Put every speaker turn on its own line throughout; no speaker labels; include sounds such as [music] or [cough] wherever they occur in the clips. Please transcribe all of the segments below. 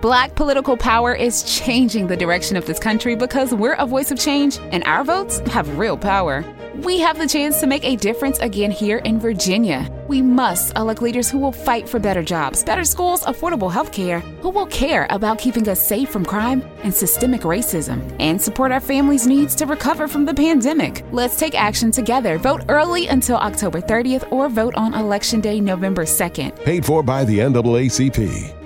Black political power is changing the direction of this country because we're a voice of change and our votes have real power. We have the chance to make a difference again here in Virginia. We must elect leaders who will fight for better jobs, better schools, affordable health care, who will care about keeping us safe from crime and systemic racism, and support our families' needs to recover from the pandemic. Let's take action together. Vote early until October 30th or vote on Election Day, November 2nd.
Paid for by the NAACP.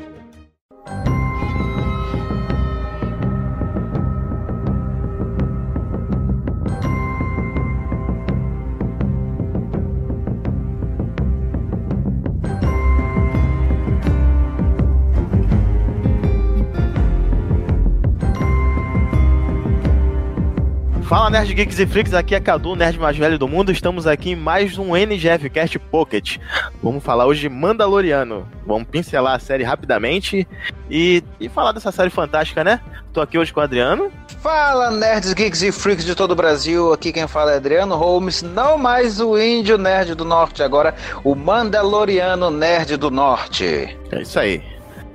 Fala Nerd Geeks e Freaks, aqui é Cadu, o nerd mais velho do mundo. Estamos aqui em mais um NGF Cast Pocket. Vamos falar hoje de Mandaloriano. Vamos pincelar a série rapidamente e, e falar dessa série fantástica, né? Tô aqui hoje com o Adriano.
Fala nerds, geeks e freaks de todo o Brasil. Aqui quem fala é Adriano Holmes, não mais o índio nerd do norte, agora o Mandaloriano nerd do norte.
É isso aí.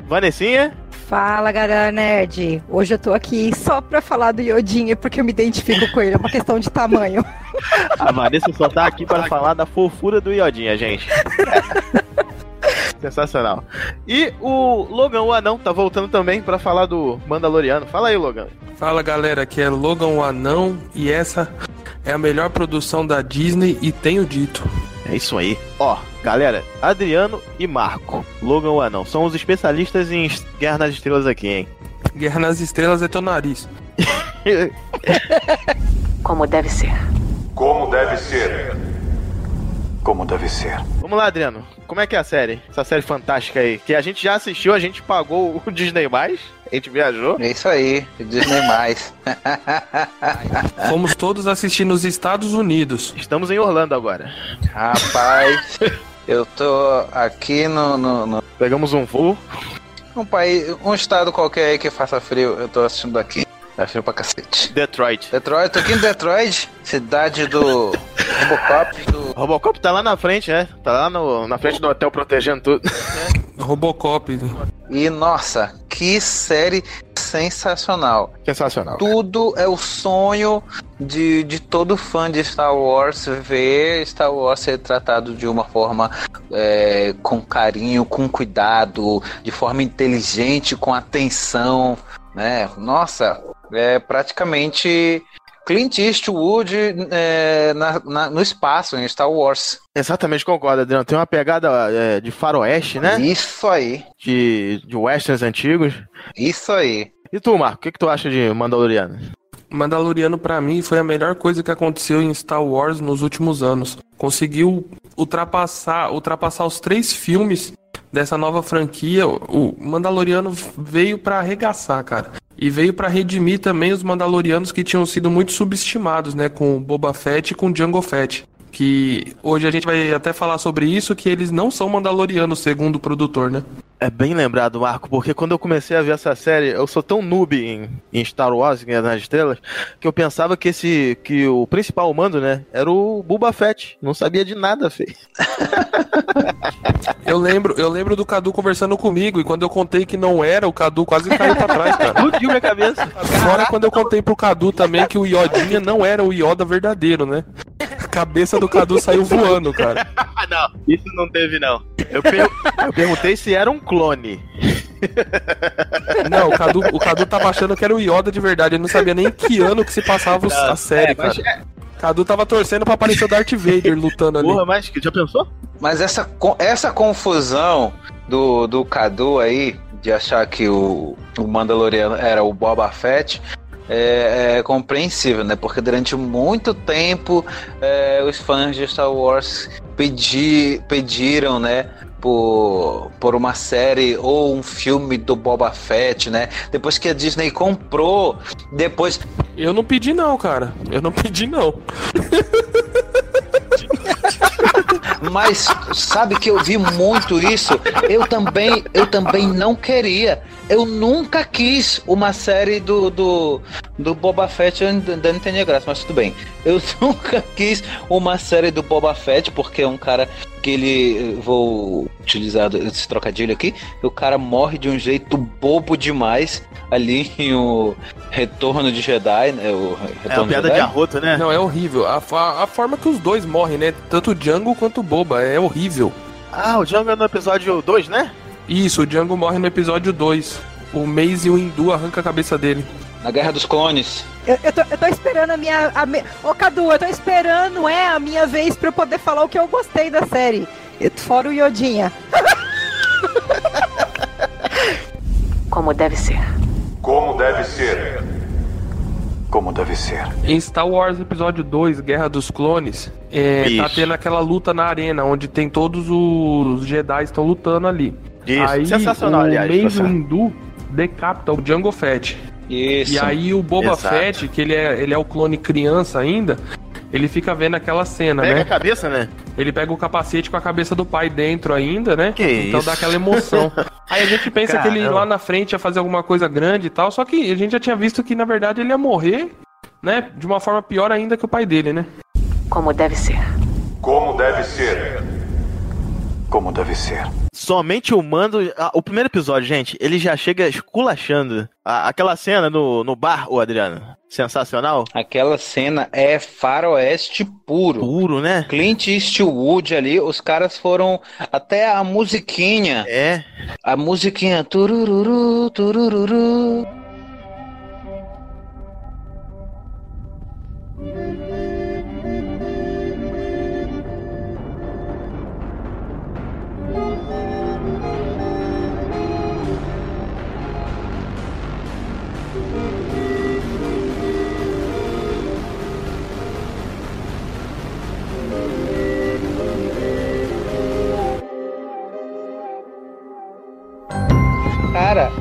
Vanessinha.
Fala, galera nerd. Hoje eu tô aqui só pra falar do Iodinha, porque eu me identifico com ele. É uma questão de tamanho.
A Vanessa só tá aqui para falar da fofura do Iodinha, gente. [laughs] Sensacional. E o Logan, o anão, tá voltando também pra falar do Mandaloriano. Fala aí, Logan.
Fala galera, aqui é Logan o Anão e essa é a melhor produção da Disney e tenho dito.
É isso aí. Ó, galera, Adriano e Marco, Logan o Anão, são os especialistas em Guerra nas Estrelas aqui, hein? [laughs]
Guerra nas Estrelas é teu nariz.
Como deve ser.
Como deve ser. Como deve ser.
Vamos lá, Adriano. Como é que é a série? Essa série fantástica aí. Que a gente já assistiu, a gente pagou o [laughs] Disney+, a gente viajou.
É isso aí, Disney mais.
Fomos todos assistir nos Estados Unidos.
Estamos em Orlando agora.
Rapaz, eu tô aqui no, no, no-
Pegamos um voo.
um país, um estado qualquer aí que faça frio, eu tô assistindo daqui. Tá frio pra cacete.
Detroit.
Detroit, tô aqui em Detroit, cidade do Robocop, do
Robocop tá lá na frente, né? Tá lá no- na frente do hotel protegendo tudo. [laughs]
Robocop.
E nossa, que série sensacional.
Sensacional.
Tudo é o sonho de, de todo fã de Star Wars ver Star Wars ser tratado de uma forma é, com carinho, com cuidado, de forma inteligente, com atenção, né? Nossa, é praticamente Clint Eastwood é, na- na- no espaço em Star Wars.
Exatamente, concordo, Adriano. Tem uma pegada é, de faroeste, né?
Isso aí,
De, de westerns antigos.
isso aí.
E tu, Marco, o que, que tu acha de Mandaloriano?
Mandaloriano pra mim foi a melhor coisa que aconteceu em Star Wars nos últimos anos. Conseguiu ultrapassar, ultrapassar os três filmes dessa nova franquia. O Mandaloriano veio pra arregaçar, cara. E veio pra redimir também os Mandalorianos que tinham sido muito subestimados, né, com o Boba Fett e com o Django Fett. Que hoje a gente vai até falar sobre isso, que eles não são Mandalorianos, segundo o produtor, né?
É bem lembrado, Marco, porque quando eu comecei a ver essa série, eu sou tão noob em, em Star Wars, em Guerra nas Estrelas, que eu pensava que esse que o principal humano, né, era o Boba Fett. Não sabia de nada, feio.
Eu lembro, eu lembro do Cadu conversando comigo, e quando eu contei que não era, o Cadu quase caiu pra trás, cara.
Explodiu minha cabeça.
Fora quando eu contei pro Cadu também que o Iodinha não era o Ioda verdadeiro, né? A cabeça do Cadu saiu voando, cara.
[laughs] Ah, não, isso não teve, não. Eu, per- eu perguntei se era um clone.
Não, o Cadu, o Cadu tava achando que era o Ioda de verdade. Ele não sabia nem que ano que se passava os- a série,
é, mas-
cara. Cadu tava torcendo pra aparecer o Darth Vader lutando ali.
Porra, mas que- já pensou?
Mas essa, co- essa confusão do, do Cadu aí, de achar que o, o Mandaloriano era o Boba Fett, é, é compreensível, né? Porque durante muito tempo é, os fãs de Star Wars pedi- pediram, né? por, por uma série ou um filme do Boba Fett, né? Depois que a Disney comprou, depois.
Eu não pedi, não, cara. Eu não pedi, não.
Mas sabe que eu vi muito isso? Eu também, eu também não queria. Eu nunca quis uma série do, do, do Boba Fett. Eu ainda não tenho graça, mas tudo bem. Eu [laughs] nunca quis uma série do Boba Fett, porque é um cara que ele. eh, Vou utilizar esse trocadilho aqui. O cara morre de um jeito bobo demais ali em o Retorno de Jedi. Né, o
é
Então,
uma piada de, de arroto, né?
Não, é horrível. A, a, a, forma que os dois morrem, né? Tanto o Django quanto o Boba. É horrível.
Ah, o Django é no episódio 2, né?
Isso, o Django morre no episódio 2. O Maze e o Hindu arranca a cabeça dele.
Na Guerra dos Clones.
Eu, eu, tô, eu tô esperando a minha. A me... Ô, Cadu, eu tô esperando, é, a minha vez pra eu poder falar o que eu gostei da série. Fora o Iodinha.
Como deve ser.
Como deve ser.
Como deve ser.
Em Star Wars Episódio 2, Guerra dos Clones, é, tá tendo aquela luta na arena, onde tem todos os Jedi estão lutando ali.
Isso,
Aí,
sensacional,
o
aliás.
Mace Windu decapita o Django Fett.
Isso.
E aí o Boba
Exato.
Fett, que ele é, ele é o clone criança ainda, ele fica vendo aquela cena,
Pega a
né?
cabeça, né?
Ele pega o capacete com a cabeça do pai dentro ainda, né?
Que
então
isso?
dá
[laughs]
aquela emoção. aí a gente pensa que ele
Caramba.
lá na frente ia fazer alguma coisa grande e tal, só que a gente já tinha visto que na verdade ele ia morrer, né? De uma forma pior ainda que o pai dele, né?
Como deve ser.
Como deve ser.
Como deve ser.
Somente o mando. ah, o primeiro episódio, gente, ele já chega esculachando. A- aquela cena no, no bar, ô Adriano. Sensacional.
Aquela cena é faroeste puro.
Puro, né?
Clint Eastwood ali, os caras foram até a musiquinha,
É.
a musiquinha turururu, turururu. Cara,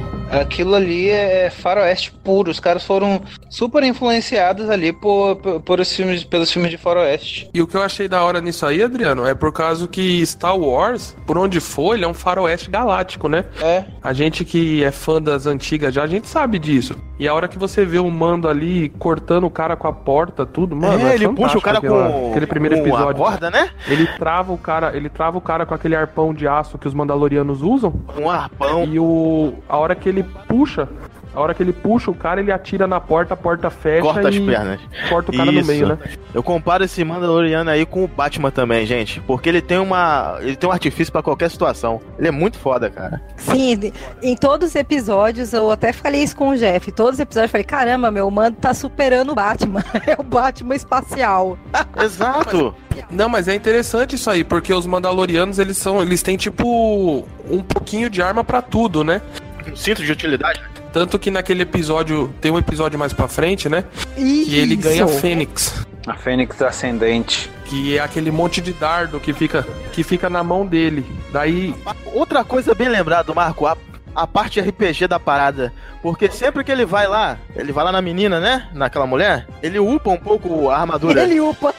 aquilo ali é faroeste puro. Os caras foram super influenciados ali por, por, por os filmes, pelos filmes de faroeste.
E o que eu achei da hora nisso aí, Adriano, é por causa que Star Wars, por onde for, ele é um faroeste galáctico, né?
É.
A gente que é fã das antigas já, a gente sabe disso. E a hora que você vê o mando ali cortando o cara com a porta, tudo, mano.
é, ele
fantástico
puxa o cara
aquela-
com,
aquele primeiro
com a
episódio.
borda, né?
Ele trava o cara, ele trava o cara com aquele arpão de aço que os Mandalorianos usam.
Um arpão.
E o a hora que ele puxa, a hora que ele puxa o cara, ele atira na porta, a porta fecha
Corta as
e
pernas.
corta o cara no
Isso.
meio, né?
Eu comparo esse Mandaloriano aí com o Batman também, gente. Porque ele tem uma. Ele tem um artifício pra qualquer situação. Ele é muito foda, cara.
Sim, de- em todos os episódios, eu até falei isso com o Jeff. Em todos os episódios, eu falei: caramba, meu, o mando tá superando o Batman. [laughs] É o Batman espacial.
Exato.
Não, mas é interessante isso aí, porque os Mandalorianos, eles são, eles têm tipo um pouquinho de arma pra tudo, né?
Um cinto de utilidade. né?
Tanto que naquele episódio, tem um episódio mais pra frente, né?
E
Que ele ganha a Fênix.
A Fênix Ascendente.
Que é aquele monte de dardo que fica, que fica na mão dele. Daí.
Outra coisa bem lembrado, Marco, a, a parte RPG da parada. Porque sempre que ele vai lá, ele vai lá na menina, né? Naquela mulher, ele upa um pouco a armadura.
Ele upa.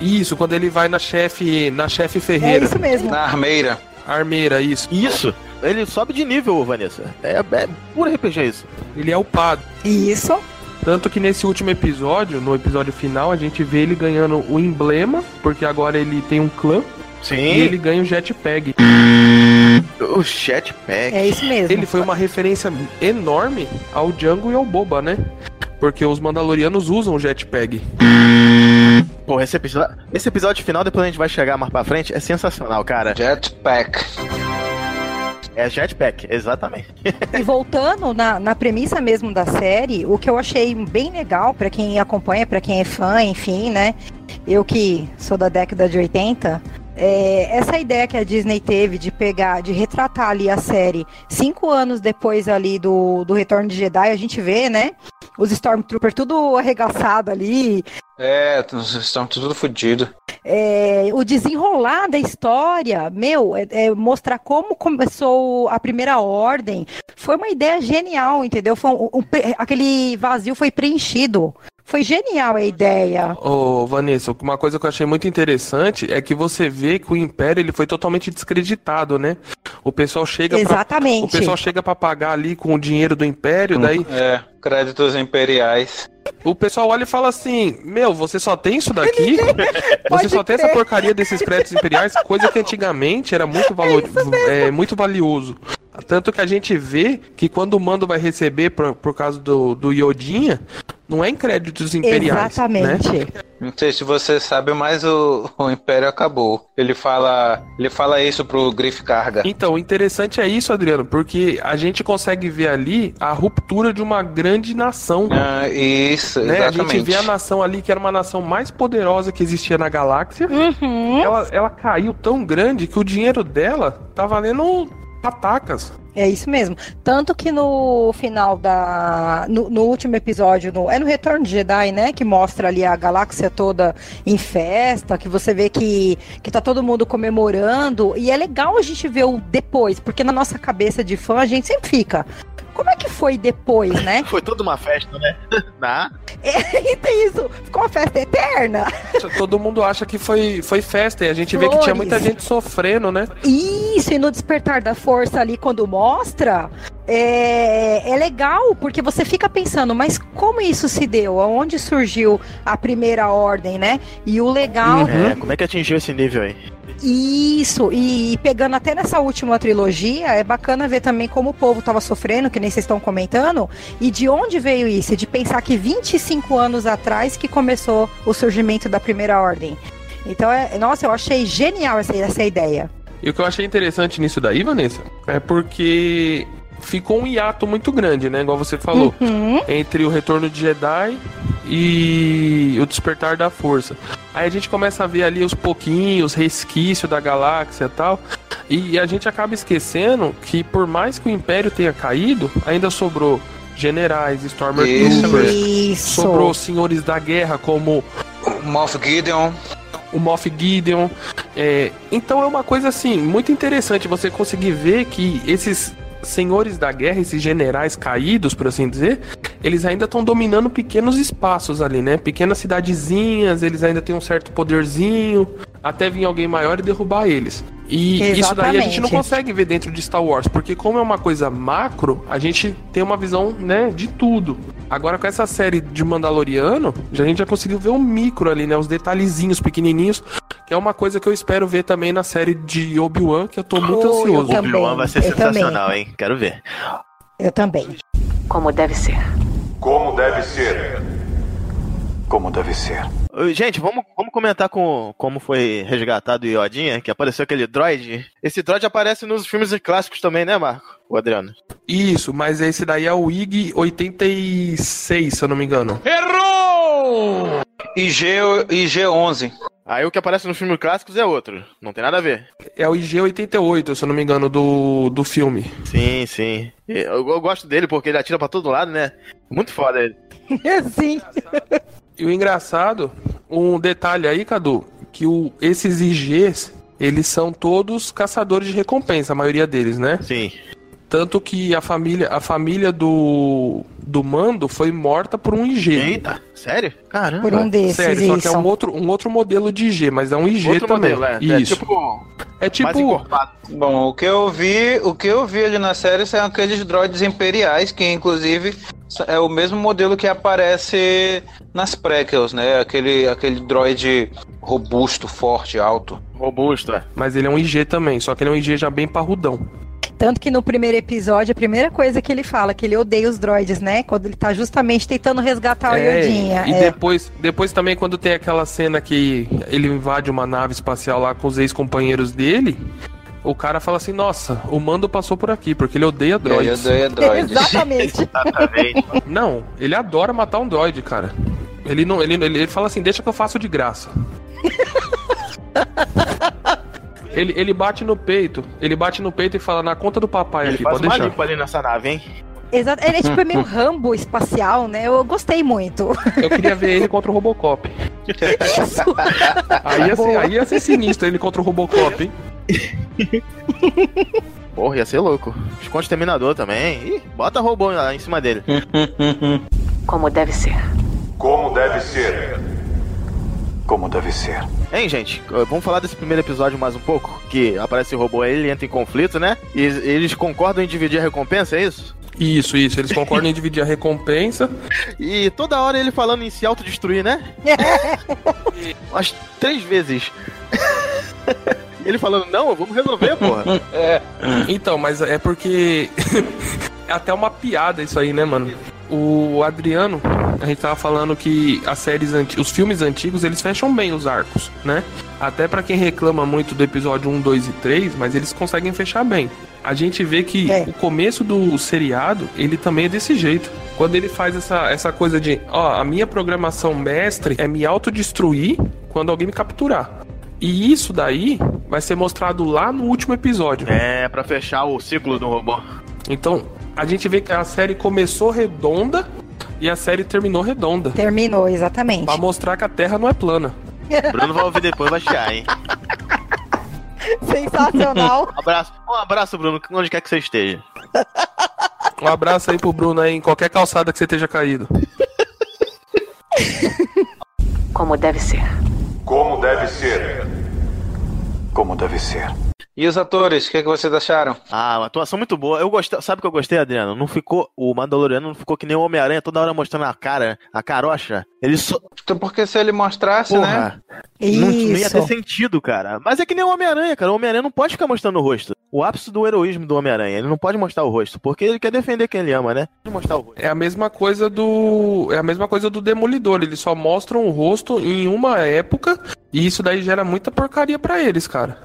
Isso, quando ele vai na chefe. Na chefe
É
Ferreira.
isso mesmo.
Na armeira.
Armeira, isso.
Isso. Ele sobe de nível, Vanessa. É, é puro RPG isso.
Ele é upado.
Isso.
Tanto que nesse último episódio, no episódio final, a gente vê ele ganhando o emblema, porque agora ele tem um clã
Sim.
e ele ganha o jetpack.
O jetpack.
É isso mesmo.
Ele foi uma referência enorme ao Django e ao Boba, né? Porque os Mandalorianos usam o jetpack.
Porra, esse episódio, esse episódio final, depois a gente vai chegar mais pra frente, é sensacional, cara.
Jetpack.
É jetpack, exatamente.
E voltando na, na premissa mesmo da série, o que eu achei bem legal pra quem acompanha, pra quem é fã, enfim, né? Eu que sou da década de 80, é, essa ideia que a Disney teve de pegar, de retratar ali a série cinco anos depois ali do, do Retorno de Jedi, a gente vê, né? Os Stormtroopers tudo arregaçado ali,
É, estão tudo fodido.
é, o desenrolar da história, meu, é, é mostrar como começou a primeira ordem. Foi uma ideia genial, entendeu? Foi um, um, aquele vazio foi preenchido. Foi genial a ideia.
Ô, Vanessa, uma coisa que eu achei muito interessante é que você vê que o Império ele foi totalmente descreditado, né? O pessoal chega
Exatamente.
Pra, o pessoal chega para pagar ali com o dinheiro do Império, hum, daí
É, créditos imperiais.
O pessoal olha e fala assim: "Meu, você só tem isso daqui? [laughs] você só ter. tem essa porcaria desses créditos imperiais, coisa que antigamente era muito valor, é, é muito valioso". Tanto que a gente vê que quando o mando vai receber por, por causa do, do Iodinha, não é em créditos imperiais.
Exatamente.
Né? Não sei se você sabe, mas o, o Império acabou. Ele fala, ele fala isso pro Griff Carga.
Então, o interessante é isso, Adriano, porque a gente consegue ver ali a ruptura de uma grande nação.
Ah, isso, né? exatamente.
A gente vê a nação ali, que era uma nação mais poderosa que existia na galáxia.
Uhum.
Ela, ela caiu tão grande que o dinheiro dela tá valendo patacas.
É isso mesmo. Tanto que no final da. No, no, último episódio, no, é no Retorno de Jedi, né? Que mostra ali a galáxia toda em festa, que você vê que, que tá todo mundo comemorando. E é legal a gente ver o depois, porque na nossa cabeça de fã a gente sempre fica. Como é que foi depois, né? [laughs]
foi toda uma festa, né? [laughs] Na...
É, tem isso. Ficou uma festa eterna.
Todo mundo acha que foi, foi festa e a gente Flores. vê que tinha muita gente sofrendo, né?
Isso, e no Despertar da Força ali, quando mostra, é, é, legal, porque você fica pensando, mas como isso se deu? Aonde surgiu a primeira ordem, né? E o legal.
É, como é que atingiu esse nível aí?
Isso, e pegando até nessa última trilogia, é bacana ver também como o povo estava sofrendo, que nem vocês estão comentando, e de onde veio isso, de pensar que 25 anos atrás que começou o surgimento da primeira ordem. Então, é, nossa, eu achei genial essa, essa ideia.
E o que eu achei interessante nisso daí, Vanessa, é porque ficou um hiato muito grande, né? Igual você falou,
uhum.
entre o retorno de Jedi e o despertar da força. Aí a gente começa a ver ali os pouquinhos, resquícios da galáxia e tal. E a gente acaba esquecendo que por mais que o Império tenha caído, ainda sobrou generais, Stormtroopers, sobrou senhores da guerra como
o Moff Gideon,
o Moff Gideon. É, então é uma coisa assim muito interessante você conseguir ver que esses senhores da guerra, esses generais caídos, por assim dizer, eles ainda estão dominando pequenos espaços ali, né? Pequenas cidadezinhas, eles ainda têm um certo poderzinho, até vir alguém maior e derrubar eles. E Exatamente. isso daí a gente não consegue ver dentro de Star Wars, porque como é uma coisa macro, a gente tem uma visão, né, de tudo. Agora com essa série de Mandaloriano, a gente já conseguiu ver o micro ali, né, os detalhezinhos pequenininhos, que é uma coisa que eu espero ver também na série de Obi-Wan, que eu tô muito oh, ansioso.
Obi-Wan vai ser eu sensacional, também. hein? Quero ver.
Eu também. [laughs]
Como deve ser.
Como deve ser
como deve ser.
Gente, vamos, vamos comentar com como foi resgatado o Iodinha, que apareceu aquele droid. Esse droid aparece nos filmes clássicos também, né, Marco? O Adriano.
Isso, mas esse daí é o IG 86, se eu não me engano.
Errou! IG, IG 11.
Aí o que aparece nos filmes clássicos é outro. Não tem nada a ver.
É o IG-88, se eu não me engano, do, do filme.
Sim, sim. Eu, eu gosto dele porque ele atira para todo lado, né? Muito foda ele.
sim.
E o engraçado, um detalhe aí, Cadu, que o, esses IGs, eles são todos caçadores de recompensa, a maioria deles, né?
Sim.
Tanto que a família, a família do, do Mando foi morta por um IG.
Eita, sério? Caramba.
Por um desses,
Sério, só que é um outro, um outro modelo de IG, mas é um IG outro também. Modelo,
é. Isso. É tipo...
É tipo...
Bom, o que eu vi, o que eu vi ali na série são aqueles droids imperiais, que inclusive é o mesmo modelo que aparece nas prequels, né? Aquele, aquele droid robusto, forte, alto.
Robusto,
[laughs]
é.
Mas ele é um IG também, só que ele é um IG já bem parrudão.
Tanto que no primeiro episódio, a primeira coisa que ele fala é que ele odeia os droids, né? Quando ele tá justamente tentando resgatar é, o Iodinha.
E é. depois, depois também quando tem aquela cena que ele invade uma nave espacial lá com os ex-companheiros dele, o cara fala assim, nossa, o Mando passou por aqui, porque ele odeia droids.
Ele odeia
[laughs]
droids.
[laughs] Exatamente. Exatamente.
Não, ele adora matar um droid, cara. Ele não, ele, ele, ele fala assim, deixa que eu faço de graça. ele, ele bate no peito, ele bate no peito e fala, na conta do papai
ele
aqui,
faz
pode deixar.
Ele ali nessa nave, hein?
Exato,
[laughs]
ele é tipo meio Rambo espacial, né? Eu gostei muito. [laughs]
[laughs]
Eu queria ver ele contra o Robocop.
Isso.
Aí ia, ser, aí ia ser sinistro ele contra o Robocop, hein?
Porra, ia ser louco. Esconde o Terminador também. Ih, bota robô lá em cima dele.
Como deve ser.
Como deve ser.
Como deve ser.
Hein, gente? Vamos falar desse primeiro episódio mais um pouco? Que aparece o robô aí, ele entra em conflito, né? E eles concordam em dividir a recompensa, é isso?
Isso, isso. Eles concordam em dividir a recompensa.
E toda hora ele falando em se autodestruir, né?
É,
Umas três vezes. [laughs] ele falando, não, vamos resolver, porra.
é. [laughs] Então, mas é porque. [laughs] é até uma piada isso aí, né, mano? O Adriano, a gente tava falando que as séries anti... os filmes antigos, eles fecham bem os arcos, né? Até para quem reclama muito do episódio 1, 2 e 3, mas eles conseguem fechar bem. A gente vê que é. o começo do seriado, ele também é desse jeito. Quando ele faz essa, essa coisa de, ó, a minha programação mestre é me autodestruir quando alguém me capturar. E isso daí vai ser mostrado lá no último episódio.
É, para fechar o ciclo do robô.
Então, a gente vê que a série começou redonda e a série terminou redonda.
Terminou, exatamente.
Pra mostrar que a Terra não é plana.
Bruno vai ouvir depois, vai chiar, hein?
[laughs]
Sensacional.
abraço. Um abraço, Bruno, onde quer que você esteja.
Um abraço aí pro Bruno aí, em qualquer calçada que você esteja caído.
Como deve ser.
Como deve ser.
Como deve ser.
E os atores, o que, que vocês acharam?
Ah, uma atuação muito boa. Eu gostei, sabe o que eu gostei, Adriano? Não ficou o Mandaloriano não ficou que nem o Homem-Aranha toda hora mostrando a cara, a carocha. Ele só
então, porque se ele mostrasse, Porra, né?
Não, não ia ter sentido, cara. Mas é que nem o Homem-Aranha, cara. O Homem-Aranha não pode ficar mostrando o rosto. O ápice do heroísmo do Homem-Aranha, ele não pode mostrar o rosto, porque ele quer defender quem ele ama, né? Mostrar o rosto.
É a mesma coisa do é a mesma coisa do Demolidor, eles só mostram o rosto em uma época e isso daí gera muita porcaria para eles, cara.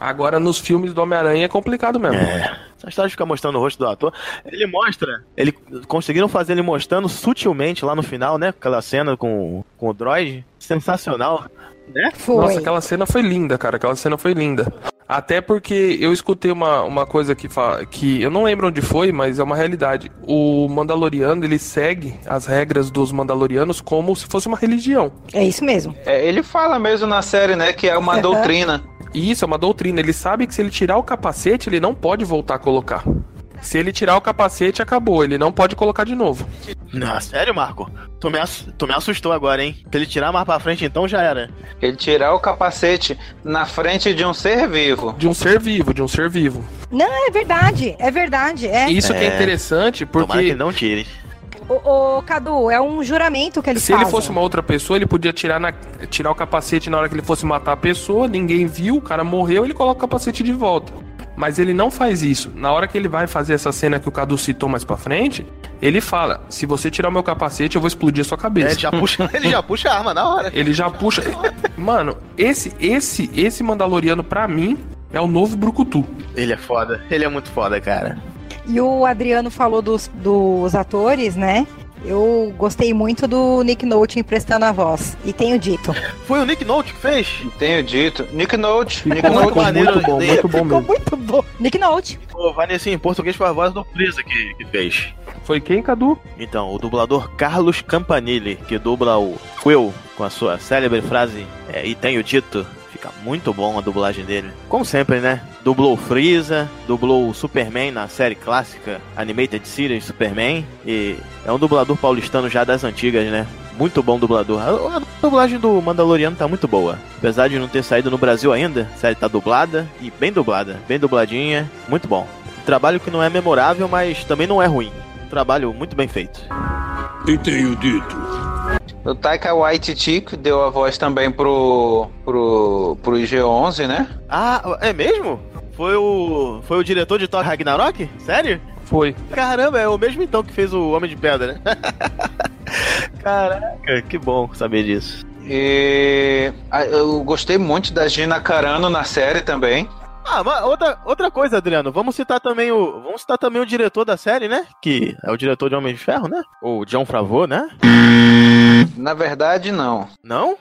Agora nos filmes do Homem-Aranha é complicado mesmo.
É. Essa história de ficar mostrando o rosto do ator. Ele mostra. Ele conseguiram fazer ele mostrando sutilmente lá no final, né? Aquela cena com, com o droid. Sensacional. Né?
Foi. Nossa, aquela cena foi linda, cara. Aquela cena foi linda. Até porque eu escutei uma, uma coisa que, fa... que eu não lembro onde foi, mas é uma realidade. O Mandaloriano, ele segue as regras dos Mandalorianos como se fosse uma religião.
É isso mesmo.
É, ele fala mesmo na série, né, que é [laughs] uma doutrina.
Isso, é uma doutrina. Ele sabe que se ele tirar o capacete, ele não pode voltar a colocar. Se ele tirar o capacete, acabou. Ele não pode colocar de novo.
Não, sério, Marco? Tu me, tu me assustou agora, hein? Se ele tirar mais pra frente, então já era.
Ele tirar o capacete na frente de um ser vivo.
De um ser vivo, de um ser vivo.
Não, é verdade. É verdade. É.
Isso é... que é interessante, porque. Tomara
que não tire.
O, o, Cadu, é um juramento que ele
Se
fazem.
ele fosse uma outra pessoa, ele podia tirar, na, tirar o capacete na hora que ele fosse matar a pessoa, ninguém viu, o cara morreu, ele coloca o capacete de volta. Mas ele não faz isso. Na hora que ele vai fazer essa cena que o Cadu citou mais pra frente, ele fala: se você tirar o meu capacete, eu vou explodir a sua cabeça. É,
ele, já puxa, [laughs] ele já puxa a arma na hora.
Ele já puxa. Mano, esse, esse, esse Mandaloriano, pra mim, é o novo Brucutu.
Ele é foda. Ele é muito foda, cara.
E o Adriano falou dos, dos atores, né? Eu gostei muito do Nick Nolte emprestando a voz. E tenho
É
dito.
Foi o Nick Nolte que fez?
Tenho dito. Nick Nolte. Nick
Nolte.
Muito
maneiro, muito bom, muito bom mesmo.
muito bom. Nick Nolte.
Pô, Vanessa, em português foi a voz do Prisa que, que fez.
Foi quem, Cadu?
Então, o dublador Carlos Campanile, que dubla o Quill com a sua célebre frase é, E tenho dito. Fica muito bom a dublagem dele. Como sempre, né? Dublou Freeza, dublou o Superman na série clássica Animated Series Superman. E é um dublador paulistano já das antigas, né? Muito bom dublador. A, a dublagem do Mandaloriano tá muito boa. Apesar de não ter saído no Brasil ainda, a série tá dublada e bem dublada, bem dubladinha, muito bom. Um trabalho que não é memorável, mas também não é ruim. Um trabalho muito bem feito.
E tenho dito.
O Taika Waititi deu a voz também pro, pro, pro IG-11, né?
Ah, é mesmo? Foi o foi o diretor de Thor Ragnarok? Sério?
Foi.
Caramba, é o mesmo então que fez o Homem de Pedra, né? [laughs] Caraca, que bom saber disso.
E eu gostei muito da Gina Carano na série também.
Ah, mas outra, outra coisa, Adriano, vamos citar também o vamos citar também o diretor da série, né? Que é o diretor de Homem de Ferro, né? O John Favreau, né?
Na verdade, não.
Não?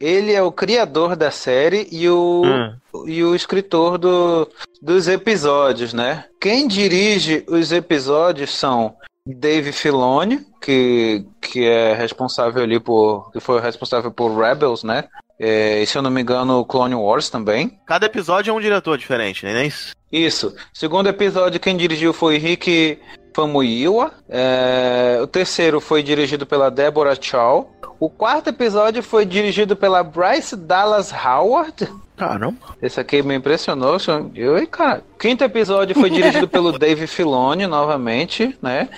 Ele é o criador da série e o, hum. e o escritor do, dos episódios, né? Quem dirige os episódios são Dave Filoni, que, que é responsável ali por. que foi responsável por Rebels, né? É, e se eu não me engano, Clone Wars também.
Cada episódio é um diretor diferente, né?
Isso. isso. Segundo episódio, quem dirigiu foi Rick Famuyiwa. É, o terceiro foi dirigido pela Deborah Chow. O quarto episódio foi dirigido pela Bryce Dallas Howard.
Caramba.
Esse aqui me impressionou. Eu, cara. Quinto episódio foi dirigido pelo Dave Filoni, novamente, né?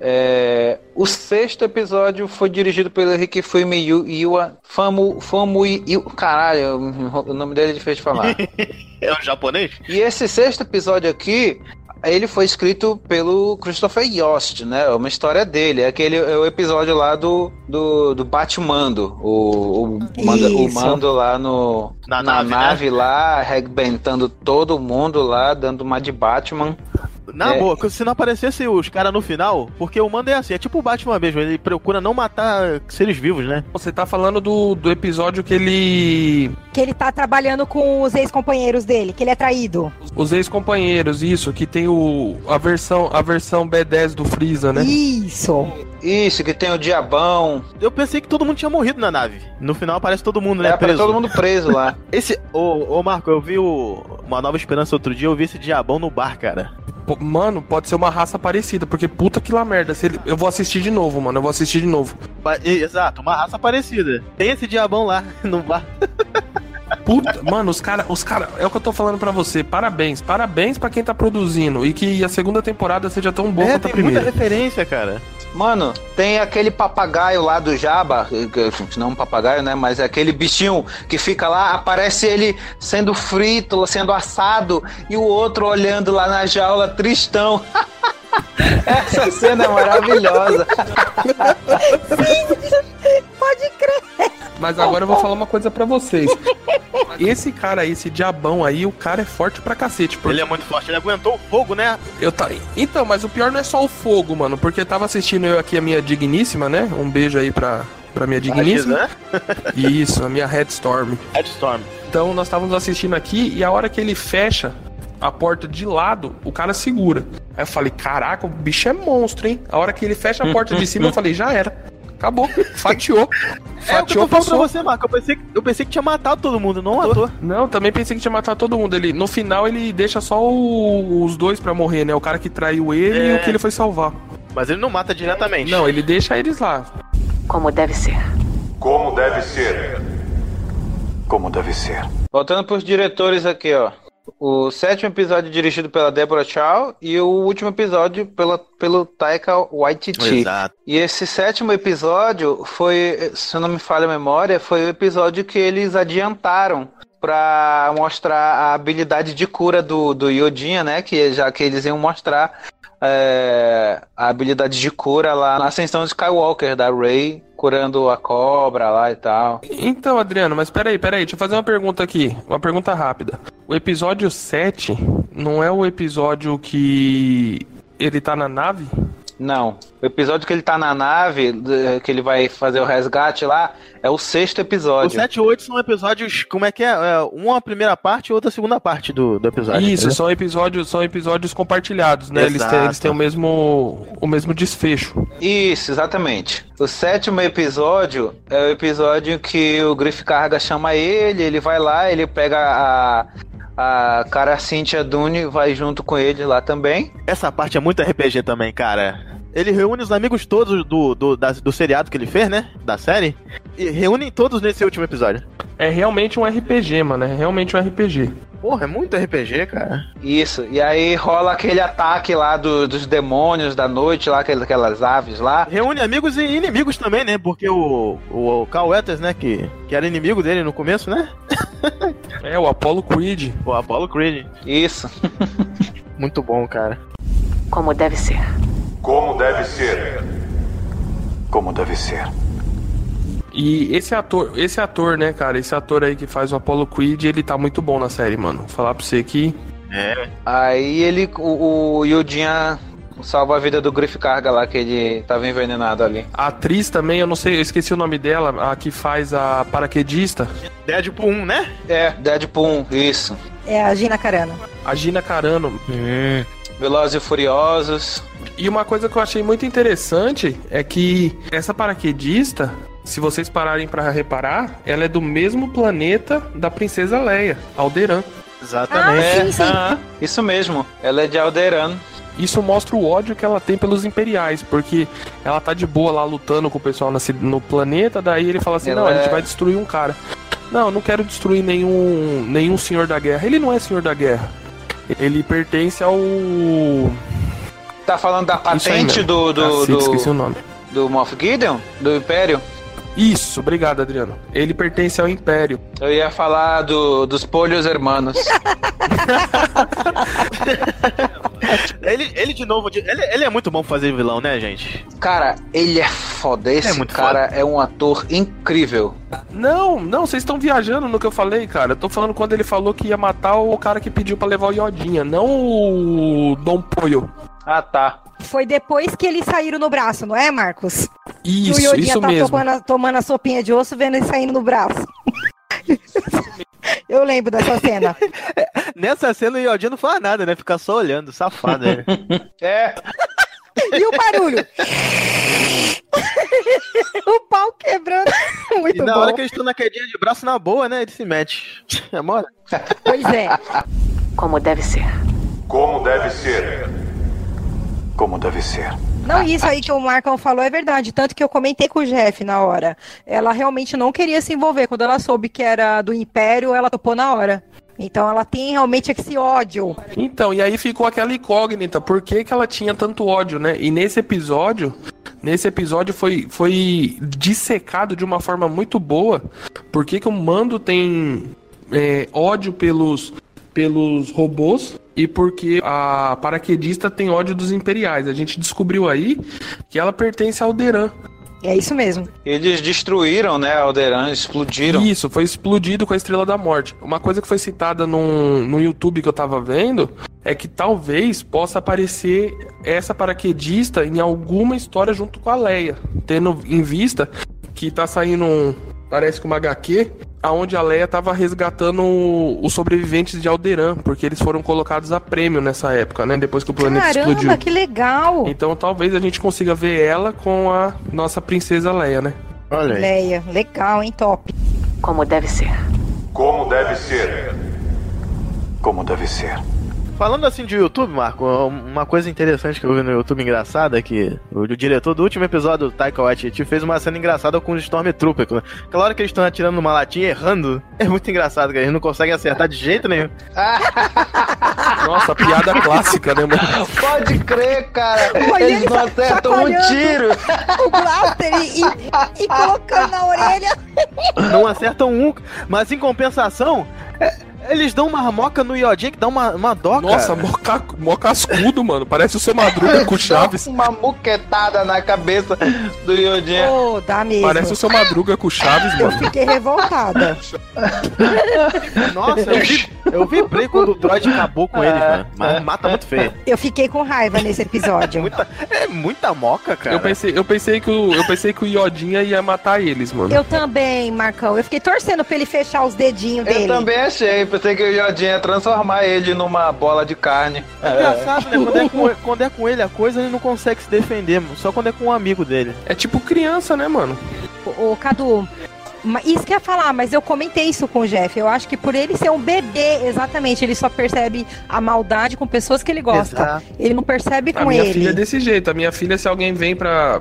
É, o sexto episódio foi dirigido pelo Rick Famuyiwa. Famu, Famuyiwa. Caralho, o nome dele é difícil de falar.
é um japonês?
E esse sexto episódio aqui, ele foi escrito pelo Christopher Yost, né? É uma história dele. É aquele é o episódio lá do, do, do Batmando. O, o, manda, o mando lá no,
na,
na
nave,
nave né? lá, arrebentando todo mundo lá, dando uma de Batman.
Na é. boa, se não aparecesse os caras no final, porque o mando é assim, é tipo o Batman mesmo, ele procura não matar seres vivos, né?
Você tá falando do, do episódio que ele.
Que ele tá trabalhando com os ex-companheiros dele, que ele é traído.
Os ex-companheiros, isso, que tem o. a versão, a versão B10 do Freeza, né?
Isso. [laughs]
Isso, que tem o diabão.
Eu pensei que todo mundo tinha morrido na nave. No final aparece todo mundo, né?
É, preso. todo mundo preso [laughs] lá.
esse. Ô, ô, Marco, eu vi o, uma nova esperança outro dia, eu vi esse diabão no bar, cara.
Pô, mano, pode ser uma raça parecida, porque puta que lá merda. Se ele... Eu vou assistir de novo, mano. Eu vou assistir de novo.
Exato, uma raça parecida. Tem esse diabão lá [laughs] no bar.
Puta, [laughs] mano, os caras, os cara, é o que eu tô falando pra você. Parabéns, parabéns pra quem tá produzindo e que a segunda temporada seja tão boa
é,
quanto
tem
a primeira.
muita referência, cara.
Mano, tem aquele papagaio lá do Jabba, não um papagaio, né? Mas é aquele bichinho que fica lá, aparece ele sendo frito, sendo assado e o outro olhando lá na jaula, tristão. [laughs] Essa cena é maravilhosa.
Sim, pode crer.
Mas agora eu vou falar uma coisa para vocês. [laughs] Esse cara aí, esse diabão aí, o cara é forte pra cacete.
Porque... Ele é muito forte, ele aguentou o fogo, né?
Eu tá... Então, mas o pior não é só o fogo, mano, porque tava assistindo eu aqui a minha digníssima, né? Um beijo aí pra, pra
[laughs]
minha digníssima.
né?
Isso, a minha Headstorm.
Headstorm.
Então nós estávamos assistindo aqui e a hora que ele fecha a porta de lado, o cara segura. Aí eu falei, caraca, o bicho é monstro, hein? A hora que ele fecha a porta de cima, eu falei, já era. Acabou. Fatiou.
Fatiou, [laughs] é, eu passou. pra você, Marco. Eu pensei, que, eu pensei que tinha matado todo mundo, não matou.
Não, também pensei que tinha matado todo mundo. Ele, no final, ele deixa só o, os dois pra morrer, né? O cara que traiu ele é. e o que ele foi salvar.
Mas ele não mata diretamente.
Não, ele deixa eles lá.
Como deve ser.
Como deve ser.
Como deve ser.
Voltando pros diretores aqui, ó. O sétimo episódio dirigido pela Deborah Chow e o último episódio pela, pelo Taika Waititi.
Exato.
E esse sétimo episódio foi, se não me falha a memória, foi o episódio que eles adiantaram para mostrar a habilidade de cura do, do Yodinha, né? Que já que eles iam mostrar é, a habilidade de cura lá na Ascensão de Skywalker da Rey curando a cobra lá e tal.
Então, Adriano, mas peraí, peraí, deixa eu fazer uma pergunta aqui, uma pergunta rápida. O episódio 7 não é o episódio que ele tá na nave?
Não. O episódio que ele tá na nave, que ele vai fazer o resgate lá, é o sexto episódio.
O 7 e 8 são episódios, como é que é? é uma primeira parte e outra segunda parte do, do episódio.
Isso, entendeu? são episódios, são episódios compartilhados, né? Exato. Eles têm, eles têm o, mesmo, o mesmo desfecho.
Isso, exatamente. O sétimo episódio é o episódio que o Griff Carga chama ele, ele vai lá, ele pega a, a cara Cynthia Dune vai junto com ele lá também.
Essa parte é muito RPG também, cara. Ele reúne os amigos todos do, do, da, do seriado que ele fez, né? Da série. E reúnem todos nesse último episódio.
É realmente um RPG, mano. É realmente um RPG.
Porra, é muito RPG, cara.
Isso. E aí rola aquele ataque lá do, dos demônios da noite, lá, aquelas, aquelas aves lá.
Reúne amigos e inimigos também, né? Porque o, o, o Carl Wetters, né? Que, que era inimigo dele no começo, né?
é, o Apollo Creed.
O Apollo Creed.
Isso.
muito bom, cara.
Como deve ser.
Como deve ser.
Como deve ser.
E esse ator, esse ator, né, cara, esse ator aí que faz o Apollo Creed, ele tá muito bom na série, mano. Vou falar pra você que.
É. Aí ele. O, o Yudinha salva a vida do Griff Carga lá, que ele tava envenenado ali.
A atriz também, eu não sei, eu esqueci o nome dela, a que faz a paraquedista.
Deadpool 1, né?
É, Deadpool 1, isso.
É a Gina Carano.
A Gina Carano.
É. Velozes e Furiosos.
E uma coisa que eu achei muito interessante é que essa paraquedista, se vocês pararem para reparar, ela é do mesmo planeta da princesa Leia, Alderan.
Exatamente. Ah, sim, sim. Ah, isso mesmo. Ela é de Alderan.
Isso mostra o ódio que ela tem pelos imperiais, porque ela tá de boa lá lutando com o pessoal no planeta, daí ele fala assim: ela não, a
é
gente vai destruir um cara. Não, não quero destruir nenhum, nenhum senhor da guerra. Ele não é senhor da guerra. Ele pertence ao.
Tá falando da patente do. do,
Cacete,
do
Ah, esqueci o nome.
Do Moff Gideon? Do Império?
Isso, obrigado, Adriano. Ele pertence ao Império.
Eu ia falar do, dos polhos [laughs] hermanos.
Ah. ele, ele, de novo, ele, ele, é muito bom fazer vilão, né, gente?
Cara, ele é foda. Esse é cara foda. é um ator incrível.
Não, não, vocês estão viajando no que eu falei, cara. Eu tô falando quando ele falou que ia matar o cara que pediu para levar o Iodinha, não o Dom Polho.
Ah, tá.
Foi depois que eles saíram no braço, não é, Marcos?
Isso, isso mesmo. o Iodinha tá
tomando a, tomando a sopinha de osso, vendo ele saindo no braço. [laughs] Eu lembro dessa cena.
Nessa cena o Iodinha não fala nada, né? Fica só olhando, safado.
[laughs]
Né?
é.
E o barulho? [laughs] o pau quebrando. Muito
e na
bom.
hora que eles estão na quedinha de braço, na boa, né? Ele se mete. [laughs] É mole.
Pois é.
Como deve ser.
Como deve ser.
Como deve ser.
Não, isso aí que o Marcão falou é verdade. Tanto que eu comentei com o Jeff na hora. Ela realmente não queria se envolver. Quando ela soube que era do Império, ela topou na hora. Então ela tem realmente esse ódio.
Então, e aí ficou aquela incógnita. Por que, que ela tinha tanto ódio, né? E nesse episódio. Nesse episódio foi, foi dissecado de uma forma muito boa. Por que, que o Mando tem é, ódio pelos, pelos robôs e porque a paraquedista tem ódio dos imperiais. A gente descobriu aí que ela pertence ao Deran.
É isso mesmo.
Eles destruíram, né, Alderan, explodiram.
Isso, foi explodido com a Estrela da Morte. Uma coisa que foi citada num, no YouTube que eu tava vendo é que talvez possa aparecer essa paraquedista em alguma história junto com a Leia, tendo em vista que tá saindo um, parece que uma HQ, aonde a Leia estava resgatando os sobreviventes de Alderan, porque eles foram colocados a prêmio nessa época, né? Depois que o planeta
Caramba,
explodiu.
que legal!
Então talvez a gente consiga ver ela com a nossa princesa Leia,
[laughs]
né?
Olha aí.
Leia, legal, hein? Top.
Como deve ser.
Como deve ser.
Como deve ser.
Falando assim de YouTube, Marco, um, uma coisa interessante que eu vi no YouTube engraçada é que o, diretor do último episódio, Taika Waititi, fez uma cena engraçada com os Stormtroopers. Né? Aquela hora que eles estão atirando numa latinha errando, [laughs] é muito engraçado, cara. Eles não conseguem acertar de jeito nenhum.
Nossa, piada clássica, né, mano?
Pode crer, cara. Olha, eles ele não acertam um tiro.
O blaster e, e colocando na orelha.
[laughs] Não acertam um, mas em compensação... É... Eles dão uma moca no Iodinha que dá uma, uma dó,
Nossa, moca, moca escudo, mano. Parece o seu Madruga com Chaves.
um uma moquetada na cabeça do Iodinha.
Oh, dá mesmo.
É. Parece o seu Madruga com Chaves, mano.
Eu fiquei revoltada.
Nossa, eu, vi, eu vibrei quando o Droid acabou com ele, mano. Mas mata muito feio.
Eu fiquei com raiva nesse
[laughs]
episódio.
muita, é muita moca, cara.
Eu pensei, eu pensei, que, o, eu pensei que o Iodinha ia matar eles, mano.
Eu também, Marcão. Eu fiquei torcendo pra ele fechar os dedinhos
eu
dele.
Eu também achei pensei que o Iodinha ia transformar ele numa bola de carne.
É engraçado, né? Quando é, com, quando é com ele a coisa, ele não consegue se defender, só quando é com um amigo dele.
É tipo criança, né, mano?
Ô, Cadu, isso que eu ia falar, mas eu comentei isso com o Jeff. Eu acho que por ele ser um bebê, exatamente, ele só percebe a maldade com pessoas que ele gosta. Exato. Ele não percebe
a
com ele.
A minha filha é desse jeito. A minha filha, se alguém vem pra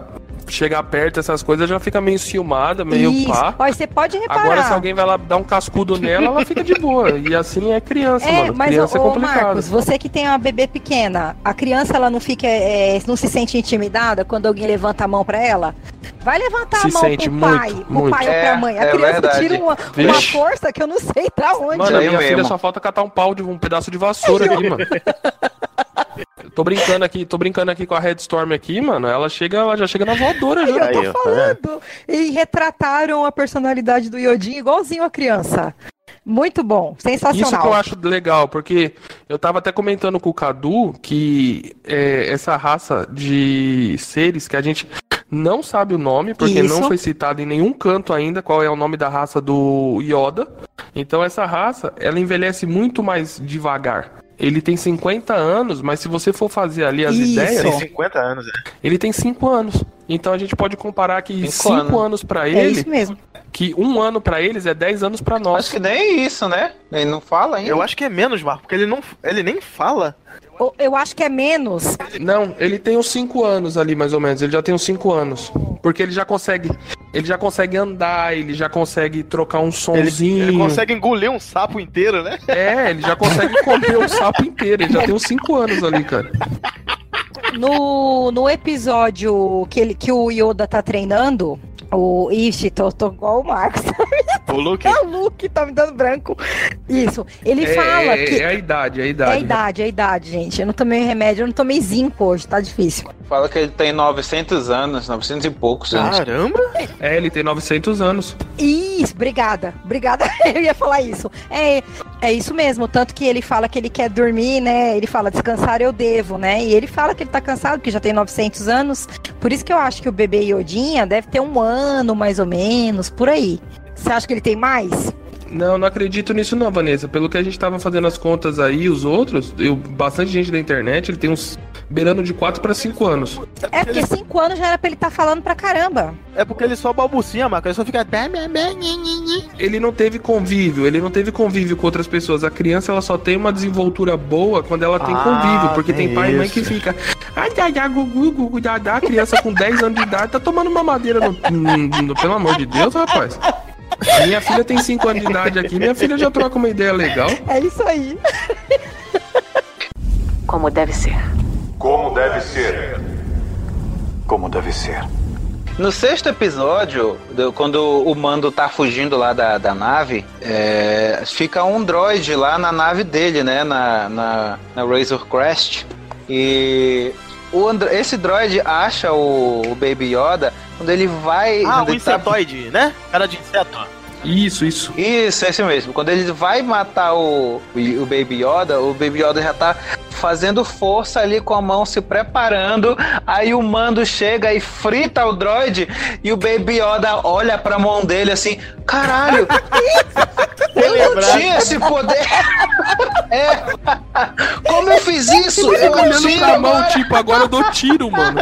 chegar perto, essas coisas, já fica meio enciumada, meio Isso. pá.
Ó, você pode reparar.
Agora, se alguém vai lá dar um cascudo nela, ela fica de boa. E assim é criança, é, mano.
Mas,
criança
ô,
é complicado.
Marcos, você que tem uma bebê pequena, a criança, ela não fica, é, não se sente intimidada quando alguém levanta a mão pra ela? Vai levantar
se
a mão
sente
pro
muito,
pai,
muito.
pro pai é, ou pra mãe. A
é
criança
verdade.
tira uma, uma força que eu não sei pra onde.
Mano, a minha
eu
filha
mesmo.
só falta catar um pau de um pedaço de vassoura aqui, mano. Eu Tô brincando aqui, tô brincando aqui com a Red Storm aqui, mano. Ela chega, ela já chega na voadora
Aí
já.
eu tô falando. E retrataram a personalidade do Iodinho igualzinho a criança. Muito bom, sensacional.
Isso que eu acho legal, porque eu tava até comentando com o Cadu que é, essa raça de seres que a gente não sabe o nome, porque
Isso.
não foi citado em nenhum canto ainda qual é o nome da raça do Yoda. Então essa raça, ela envelhece muito mais devagar. ele tem 50 anos, mas se você for fazer ali as
Isso.
ideias.
Tem 50 anos, é.
Ele tem 5 anos. Então a gente pode comparar que
Cinco
5
anos.
anos pra ele.
É isso mesmo.
Que um ano pra eles é 10 anos pra nós.
Acho que nem isso, né? Ele não fala ainda.
Eu acho que é menos, Marco, porque ele, não, ele nem fala.
Eu- Eu acho que é menos.
Não, ele tem uns 5 anos ali, mais ou menos. Ele já tem uns 5 anos. Porque ele já consegue. Ele já consegue andar, ele já consegue trocar um
Ele,
sonzinho.
ele consegue engolir um sapo inteiro, né?
É, ele já consegue comer o sapo inteiro. Ele já tem uns 5 anos ali, cara.
No, no episódio que, ele, que o Yoda tá treinando, o. Ixi, tô, tô igual o Marcos. [laughs]
O Luke.
É o Luke, tá me dando branco. Isso. Ele
é,
fala
é,
que.
é a idade, é a
É
idade.
a idade, é a idade, gente. Eu não tomei remédio, eu não tomei zinco hoje, tá difícil.
Fala que ele tem 900 anos, 900 e poucos
Ah,
anos.
Caramba!
É, ele tem 900 anos.
Isso, obrigada, obrigada. [laughs] Eu ia falar isso. É, é isso mesmo. Tanto que ele fala que ele quer dormir, né? Ele fala descansar eu devo, né? E ele fala que ele tá cansado, que já tem 900 anos. Por isso que eu acho que o bebê Iodinha deve ter um ano mais ou menos, por aí. Você acha que ele tem mais?
Não, não acredito nisso não, Vanessa. Pelo que a gente tava fazendo as contas aí, os outros, eu, bastante gente da internet, ele tem uns beirando de 4 pra 5 anos.
É porque cinco anos já era pra ele estar falando pra caramba.
É porque ele só balbucia, Marco. Ele só fica.
Ele não teve convívio, ele não teve convívio com outras pessoas. A criança, ela só tem uma desenvoltura boa quando ela tem
Ah,
convívio, porque tem
tem
pai e mãe
isso.
que fica. Ai, ai, ai, gugu, gugu, dadá. A criança com 10 anos de idade tá tomando uma madeira no, no- no- Pelo amor de Deus, rapaz. Minha filha tem 5 anos de idade aqui, minha filha já troca uma ideia legal.
É isso aí.
Como deve ser.
Como deve ser.
Como deve ser.
No sexto episódio, do- quando o Mando tá fugindo lá da, da nave, é, fica um droid lá na nave dele, né? Na, na, na Razor Crest. E o andro- esse droid acha o, o Baby Yoda quando ele vai.
Ah,
quando
o
ele tá-
insetoide, né? Cara de inseto.
Isso, isso.
Isso, é isso mesmo. Quando ele vai matar o, o Baby Yoda, o Baby Yoda já tá fazendo força ali com a mão, se preparando. Aí o Mando chega e frita o droid e o Baby Yoda olha pra mão dele assim,
[laughs]
caralho, eu não
Lembrado.
tinha esse poder. [laughs] É. Como eu fiz isso?
Ele
Eu
fica
não
olhando
tinha
pra mão,
agora.
tipo, agora eu dou tiro, mano.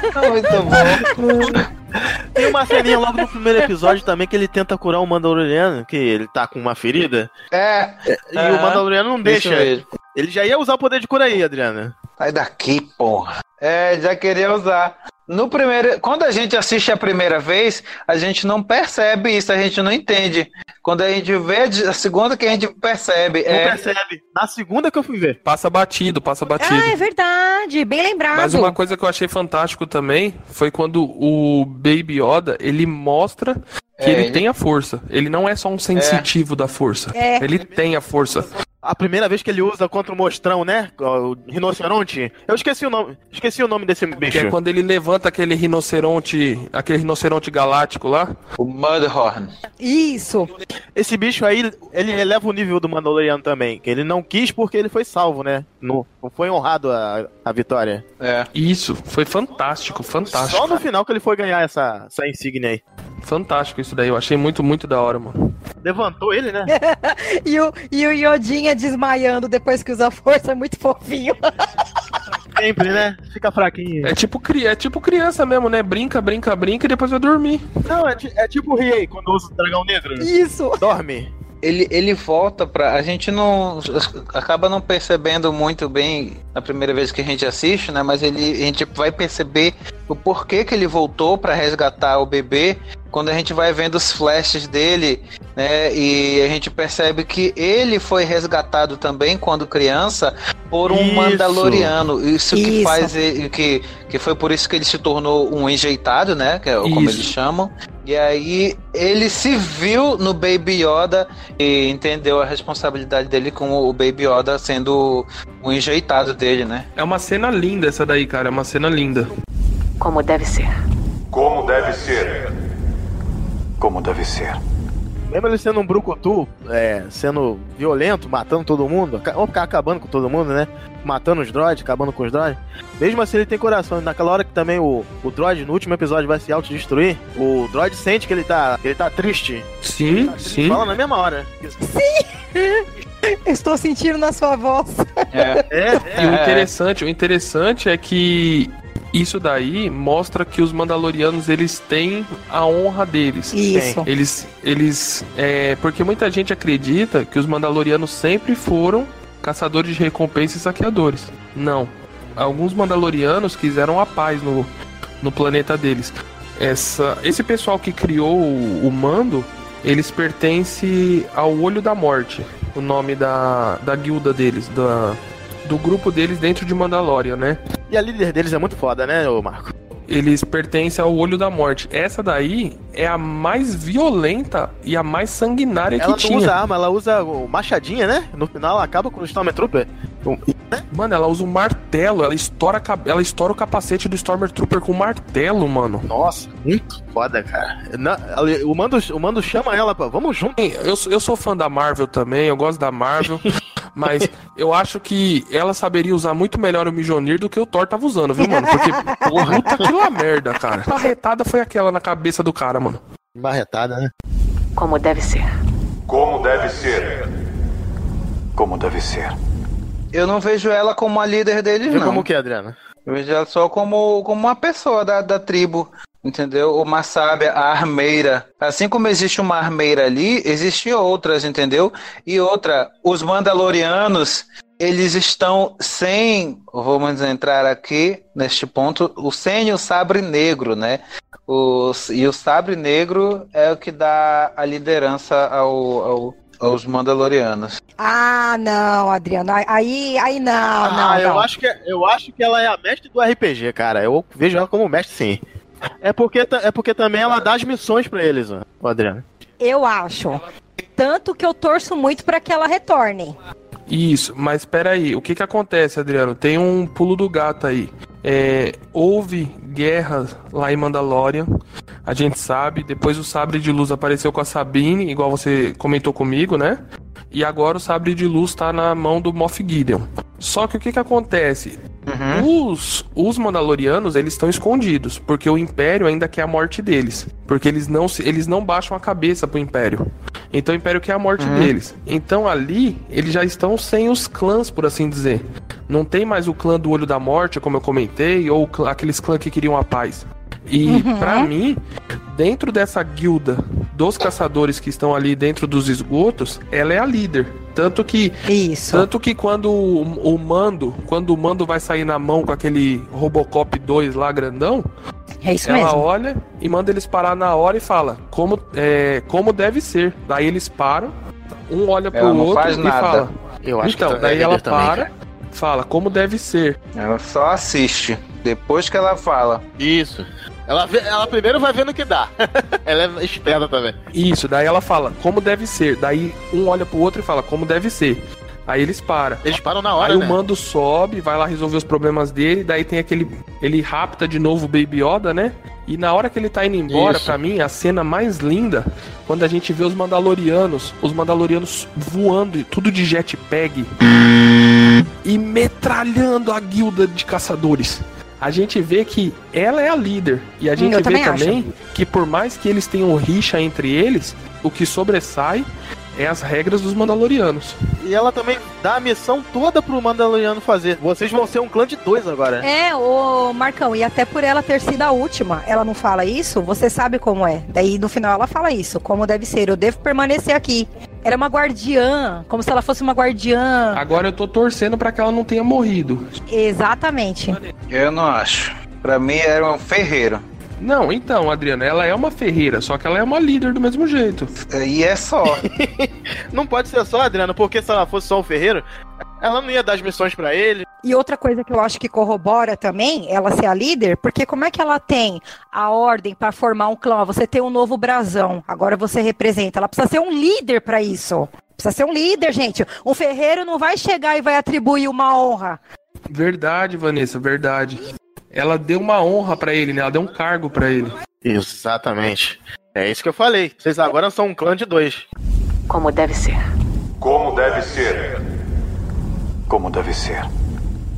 tipo,
Muito bom.
Tem uma ceninha logo no primeiro episódio também que ele tenta curar o Mandaloriano, que ele tá com uma ferida.
É.
E
Aham.
o Mandaloriano não
Deixa
deixa.
mesmo.
Ele já ia usar o poder de cura aí, Adriana.
Sai daqui, porra. É, já queria usar. No primeiro, quando a gente assiste a primeira vez, a gente não percebe isso, a gente não entende. Quando a gente vê a de- a segunda que a gente percebe,
Não
é,
percebe. Na segunda que eu fui ver.
Passa batido, passa batido.
Ah, é verdade. Bem lembrado.
Mas uma coisa que eu achei fantástico também foi quando o Baby Yoda, ele mostra
É,
que ele,
ele-
tem a força. Ele não é só um sensitivo da força.
É.
Ele tem a força.
A primeira vez que ele usa contra o mostrão, né? O rinoceronte. Eu esqueci o nome. Esqueci o nome desse
Que é
bicho.
quando ele levanta aquele rinoceronte, aquele rinoceronte galáctico lá.
o Mudhorn.
Isso.
Esse bicho aí, ele eleva o nível do Mandaloriano também. Que ele não quis porque ele foi salvo, né? Não, não foi honrado a, a vitória.
É.
Isso, foi fantástico, fantástico.
Só no final que ele foi ganhar essa, essa insígnia aí.
Fantástico isso daí. Eu achei muito, muito da hora, mano.
Levantou ele, né?
E o, e o Iodinha desmaiando depois que usa força é muito fofinho.
Sempre, né? Fica fraquinho.
É tipo, cri- é tipo criança mesmo, né? Brinca, brinca, brinca e depois vai dormir.
Não, é, ti- é tipo o Riei quando usa o dragão negro.
[laughs]
né?
Isso.
Dorme.
Ele, ele volta pra. A gente não. Acaba não percebendo muito bem na primeira vez que a gente assiste, né? Mas ele, a gente vai perceber o porquê que ele voltou pra resgatar o bebê quando a gente vai vendo os flashes dele, né? E a gente percebe que ele foi resgatado também quando criança por um
Isso.
Mandaloriano. Isso que
Isso.
faz ele, que que foi por isso que ele se tornou um enjeitado, né? Que é como
Isso.
eles chamam. E aí ele se viu no Baby Yoda e entendeu a responsabilidade dele com o Baby Yoda sendo o enjeitado dele, né?
É uma cena linda essa daí, cara. É uma cena linda.
Como deve ser.
Como deve ser.
Como deve ser.
Lembra ele sendo um brucutu, é, sendo violento, matando todo mundo, aca- ou ficar acabando com todo mundo, né? Matando os droids, acabando com os droids. Mesmo assim ele tem coração, e naquela hora que também o, o droid, no último episódio, vai se autodestruir, o droid sente que ele tá, que ele tá triste.
Sim,
Ele
sim.
Fala na mesma hora. Sim!
Estou sentindo na sua voz.
É. é. E o interessante, o interessante é que isso daí mostra que os Mandalorianos eles têm a honra deles.
Isso.
Eles, eles, é, porque muita gente acredita que os Mandalorianos sempre foram caçadores de recompensas e saqueadores. Não. Alguns Mandalorianos quiseram a paz no, no planeta deles. Essa, esse pessoal que criou o, o Mando, eles pertencem ao Olho da Morte, o nome da, da guilda deles, da, do grupo deles dentro de Mandalorian, né?
E a líder deles é muito foda, né, ô Marco?
Eles pertencem ao Olho da Morte. Essa daí é a mais violenta e a mais sanguinária
ela
É que tinha.
Ela não usa arma, ela usa machadinha, né? No final ela acaba com o Stormtrooper.
Mano, ela usa um martelo, ela estoura, ela estoura o capacete do Stormtrooper com um martelo, mano.
Nossa, muito foda, cara. Na, o, Mando, o Mando chama ela, pra, vamos junto.
Eu, eu sou fã da Marvel também, eu gosto
[laughs]
da Marvel. Mas eu acho que ela saberia usar muito melhor o Mijonir do que o Thor tava usando, viu,
[laughs]
mano? Porque, porra, puta que lá merda, cara. A marretada foi aquela na cabeça do cara, mano.
Marretada, né?
Como deve ser.
Como deve ser.
Como deve ser.
Eu não vejo ela como a líder deles, Vê não.
Como que, é, Adriana?
Eu vejo ela só como, como uma pessoa da, da tribo. Entendeu? Uma sábia, a armeira. Assim como existe uma armeira ali, existem outras, entendeu? E outra, os Mandalorianos, eles estão sem, vamos entrar aqui neste ponto, o sem o sabre negro, né? Os, e o sabre negro é o que dá a liderança ao, ao aos Mandalorianos.
Ah, não, Adriano. Aí, aí não, ah, não,
eu
não.
Acho que, eu acho que ela é a mestre do RPG, cara. Eu vejo ela como mestre, sim. É porque, é porque também ela dá as missões para eles, ó, Adriano.
Eu acho. Tanto que eu torço muito para que ela retorne.
Isso, mas peraí, o que que acontece, Adriano? Tem um pulo do gato aí. É, houve guerra lá em Mandalorian, a gente sabe. Depois o Sabre de Luz apareceu com a Sabine, igual você comentou comigo, né? E agora o Sabre de Luz tá na mão do Moff Gideon. Só que o que que acontece? Uhum. Os, os Mandalorianos, eles estão escondidos, porque o Império ainda quer a morte deles. Porque eles não, eles não baixam a cabeça pro Império. Então o Império quer a morte uhum. deles. Então ali, eles já estão sem os clãs, por assim dizer. Não tem mais o clã do Olho da Morte, como eu comentei, ou clã, aqueles clãs que queriam a paz. E uhum. para mim, dentro dessa guilda dos caçadores que estão ali dentro dos esgotos, ela é a líder. Tanto que
Isso.
tanto que quando o, o mando, quando o mando vai sair na mão com aquele Robocop 2 lá grandão,
é isso
ela
mesmo.
olha e manda eles parar na hora e fala como é, como deve ser. Daí eles param, um olha pro
ela
outro
e nada.
fala. Eu acho então, que
é
daí ela para, também. fala como deve ser.
Ela só assiste depois que ela fala.
Isso. Ela, vê, ela primeiro vai vendo o que dá. [laughs] ela é esperta também.
Isso, daí ela fala, como deve ser. Daí um olha pro outro e fala, como deve ser. Aí eles param.
Eles param na hora.
Aí
né?
o mando sobe, vai lá resolver os problemas dele. Daí tem aquele. Ele rapta de novo o Baby Yoda, né? E na hora que ele tá indo embora, para mim, a cena mais linda, quando a gente vê os Mandalorianos, os Mandalorianos voando, tudo de jetpack. e metralhando a guilda de caçadores a gente vê que ela é a líder. E a gente Eu vê também, também que por mais que eles tenham rixa entre eles, o que sobressai é as regras dos Mandalorianos.
E ela também dá a missão toda pro Mandaloriano fazer. Vocês vão ser um clã de dois agora.
É, o Marcão, e até por ela ter sido a última, ela não fala isso, você sabe como é. Daí no final ela fala isso, como deve ser, eu devo permanecer aqui. Era uma guardiã, como se ela fosse uma guardiã.
Agora eu tô torcendo para que ela não tenha morrido.
Exatamente.
Eu não acho. Para mim era um ferreiro.
Não, então, Adriana, ela é uma ferreira, só que ela é uma líder do mesmo jeito.
E é [laughs] só.
não pode ser só, Adriana, porque se ela fosse só o ferreiro, ela não ia dar as missões para ele.
E outra coisa que eu acho que corrobora também, ela ser a líder, porque como é que ela tem a ordem para formar um clã? Você tem um novo brasão, agora você representa. Ela precisa ser um líder para isso. Precisa ser um líder, gente. Um ferreiro não vai chegar e vai atribuir uma honra. [laughs]
Verdade, Vanessa, verdade. E ela deu uma honra para ele, né? Ela deu um cargo para ele.
Exatamente. É isso que eu falei. Vocês agora são um clã de dois.
Como deve ser.
Como deve ser.
Como deve ser.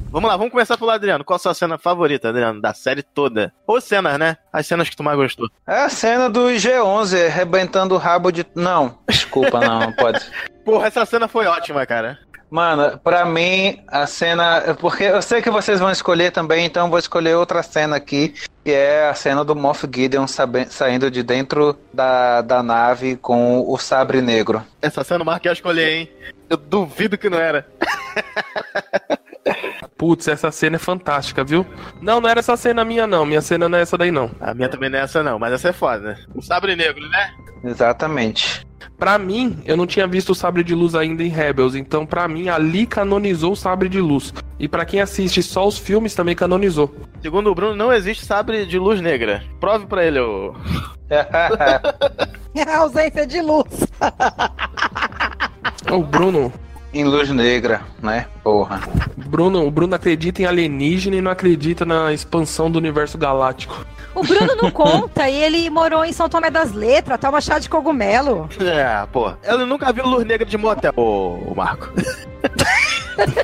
Vamos lá, vamos começar pelo Adriano. Qual a sua cena favorita, Adriano, da série toda? Ou cenas, né? As cenas que tu mais gostou.
É a cena do G11 arrebentando o rabo de. Não, desculpa, não, não pode.
Porra, essa cena foi ótima, cara.
[laughs] Mano, pra mim, a cena. Porque eu sei que vocês vão escolher também, então eu vou escolher outra cena aqui, que é a cena do Moff Gideon sabe- saindo de dentro da, da nave com o sabre negro.
Essa cena o Mark ia escolher, hein? Eu duvido que não era.
Putz, essa cena é fantástica, viu? Não, não era essa cena minha, não. Minha cena não é essa daí, não.
A minha também não é essa, não, mas essa é foda. O sabre negro, né?
Exatamente. [laughs]
Pra mim, eu não tinha visto o Sabre de Luz ainda em Rebels, então pra mim ali canonizou o Sabre de Luz. E pra quem assiste só os filmes também canonizou.
Segundo o Bruno, não existe sabre de luz negra. Prove pra ele, ô. [laughs]
A ausência de luz.
Ô, Bruno,
em luz negra, né? Porra. [laughs]
Bruno, o Bruno acredita em alienígena e não acredita na expansão do universo galáctico.
O Bruno não conta e ele morou em São Tomé das Letras, toma chá de cogumelo.
É, pô. Eu nunca vi luz negra de motel, ô, ô Marco.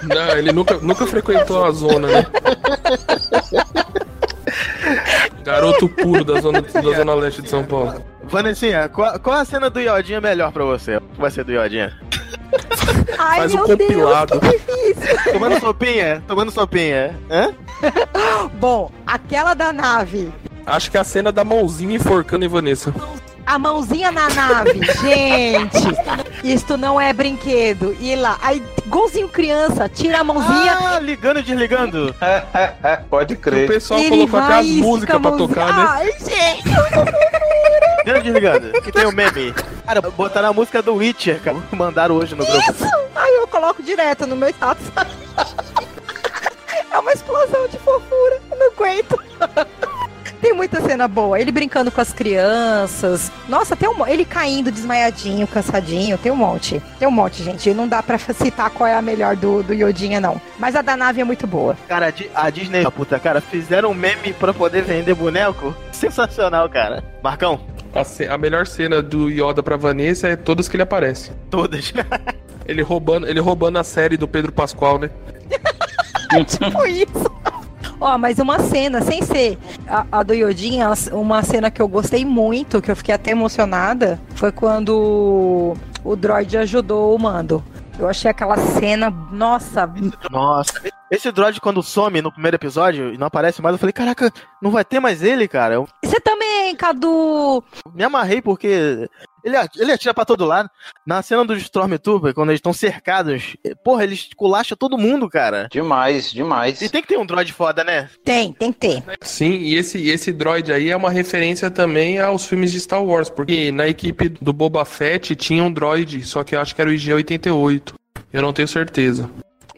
Não, ele nunca, nunca frequentou a zona, né? Garoto puro da zona, da zona leste de São Paulo.
Vanessinha, qual, qual a cena do Iodinha melhor pra você? Qual vai ser do Iodinha?
Ai,
Faz
meu
um compilado.
Deus, que difícil.
Tomando sopinha? Tomando sopinha. Hã?
Bom, aquela da nave.
Acho que é a cena da mãozinha enforcando em Vanessa.
A mãozinha na nave, gente. Isto não é brinquedo. E lá, aí, golzinho criança, tira a mãozinha.
Ah, ligando e desligando.
Pode
O
crer.
pessoal
ele
colocou até
vai
as
e fica
músicas
a
pra tocar, né?
mãozinha- Ai, gente.
Ligando e desligando. Que tem o meme. Cara, botaram a música do Witcher, cara. Mandaram hoje no grupo.
Aí eu coloco direto no meu status. É uma explosão de fofura. Eu não aguento. Tem muita cena boa. Ele brincando com as crianças. Nossa, tem um mo- Ele caindo desmaiadinho, cansadinho. Tem um monte. Tem um monte, gente. Não dá pra citar qual é a melhor do, do Yodinha, não. Mas a da nave é muito boa.
Cara, a Di- a Disney, puta, cara, fizeram um meme pra poder vender boneco. [laughs] Sensacional, cara. Marcão,
Ah!
A, ce- a melhor cena do Yoda pra Vanessa é todas que ele aparece.
todas.
Ele roubando, ele roubando a série do Pedro Pascoal, né?
[laughs] Tipo isso. Ó, mas uma cena, sem ser a, a do Yodinha, uma cena que eu gostei muito, que eu fiquei até emocionada, foi quando o droid ajudou o Mando. Eu achei aquela cena, nossa,
Nossa. Esse droid, quando some no primeiro episódio e não aparece mais, eu falei, caraca, não vai ter mais ele, cara. Eu
você também, Cadu!
me amarrei porque ele, at- ele atira pra todo lado. Na cena do Stormtrooper, quando eles estão cercados, eh, porra, eles culacham todo mundo, cara.
Demais, demais.
E tem que ter um droid foda, né?
Tem, tem que ter.
Sim, e esse, e esse droid aí é uma referência também aos filmes de Star Wars, porque na equipe do Boba Fett tinha um droid, só que eu acho que era o IG-88. Eu não tenho certeza.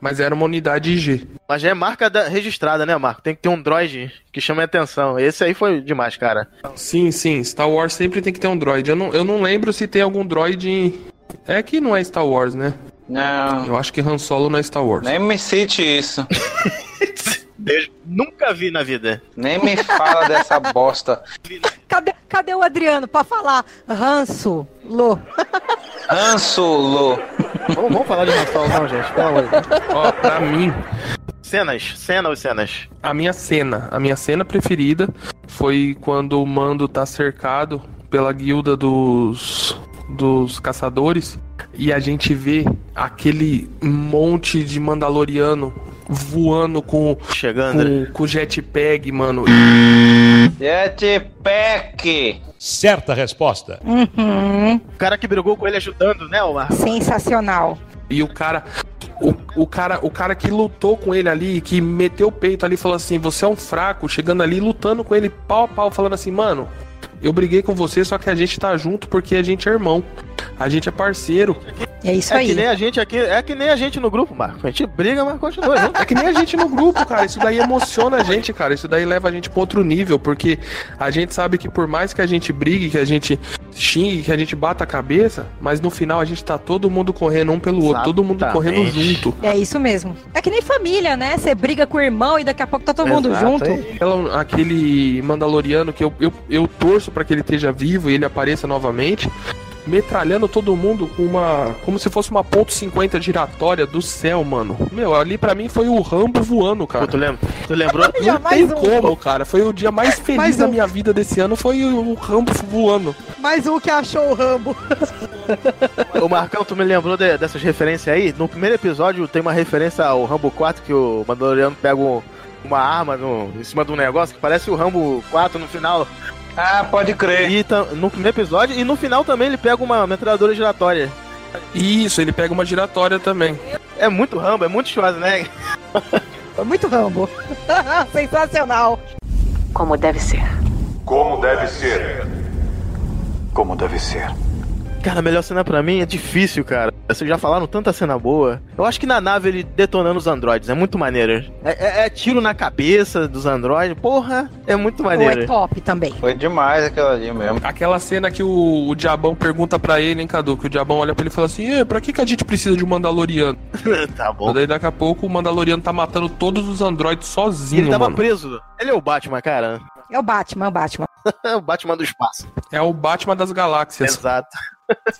Mas era uma unidade IG.
Mas já é marca da- registrada, né, Marco? Tem que ter um droid que chame a atenção. Esse aí foi demais, cara.
Sim, sim, Star Wars sempre tem que ter um droid. Eu não, eu não lembro se tem algum droid em... É que não é Star Wars, né?
Não,
Eu acho que Han Solo não é Star Wars.
nem me cite isso.
Deus, nunca vi na vida.
Nem me fala dessa bosta.
Cadê, cadê o Adriano pra falar? Ranço, Lô.
Han Solo.
vamos, vamos falar de Natal, não, gente. Pelo amor de Deus.
Ó, pra mim,
Cenas, cena ou cenas?
A minha cena, a minha cena preferida foi quando o Mando tá cercado pela guilda dos dos caçadores e a gente vê aquele monte de mandaloriano voando com
Chegando.
com, com jetpack, mano.
Jetpack.
Certa resposta.
Uhum,
O cara que brigou com ele ajudando, né, Omar?
sensacional.
E o cara o, o cara o cara que lutou com ele ali, que meteu o peito ali, falou assim: "Você é um fraco", chegando ali lutando com ele pau a pau, falando assim: "Mano, eu briguei com você, só que a gente tá junto porque a gente é irmão. A gente é parceiro.
É isso
É
aí.
que nem a gente aqui, é que nem a gente no grupo, Marco. A gente briga, mas continua junto.
É que nem a gente no grupo, cara. Isso daí emociona a gente, cara. Isso daí leva a gente pra outro nível, porque a gente sabe que por mais que a gente brigue, que a gente xingue, que a gente bata a cabeça, mas no final a gente tá todo mundo correndo um pelo outro, todo mundo correndo
Exatamente.
junto.
É isso mesmo. É que nem família, né? Você briga com o irmão e daqui a pouco tá todo mundo
Exato, é
junto.
hein?
Aquela- aquele Mandaloriano que eu, eu, eu torço pra que ele esteja vivo e ele apareça novamente. metralhando todo mundo com uma. como se fosse uma ponto .50 giratória do céu, mano. Meu, ali pra mim foi o Rambo voando, cara.
Pô, tu, lembra, tu [laughs] lembrou?
Não tem como, um. cara. Foi o dia [laughs] mais feliz mais da um. minha vida desse ano, foi o Rambo voando.
Mais um que achou o Rambo.
Ô Marcão, tu me lembrou de, dessas referências aí? No primeiro episódio tem uma referência ao Rambo 4 que o Mandaloriano pega um, uma arma no, em cima de um negócio que parece o Rambo 4 no final.
Ah, pode crer.
E no primeiro episódio, e no final também ele pega uma metralhadora giratória.
Isso, ele pega uma giratória também.
É muito Rambo, é muito Schwarzenegger.
É muito Rambo. Ah, Sensacional.
Como deve ser.
Como deve ser.
Como deve ser.
Cara, a melhor cena pra mim é difícil, cara. Vocês já falaram tanta cena boa. Eu acho que na nave ele detonando os androides, é muito maneiro. É, é, é tiro na cabeça dos androides, porra, é muito maneiro. Foi
top também.
Foi demais aquela ali mesmo.
Aquela cena que o, o Diabão pergunta pra ele, hein, Cadu? Que o Diabão olha pra ele e fala assim: e, pra que, que a gente precisa de um Mandaloriano?
[laughs] tá bom.
Daí daqui a pouco o Mandaloriano tá matando todos os androides sozinho.
Ele tava
assim, mano.
preso. Ele é o Batman, cara.
É o Batman, é o Batman.
é [laughs] o Batman do espaço.
É o Batman das galáxias.
Exato.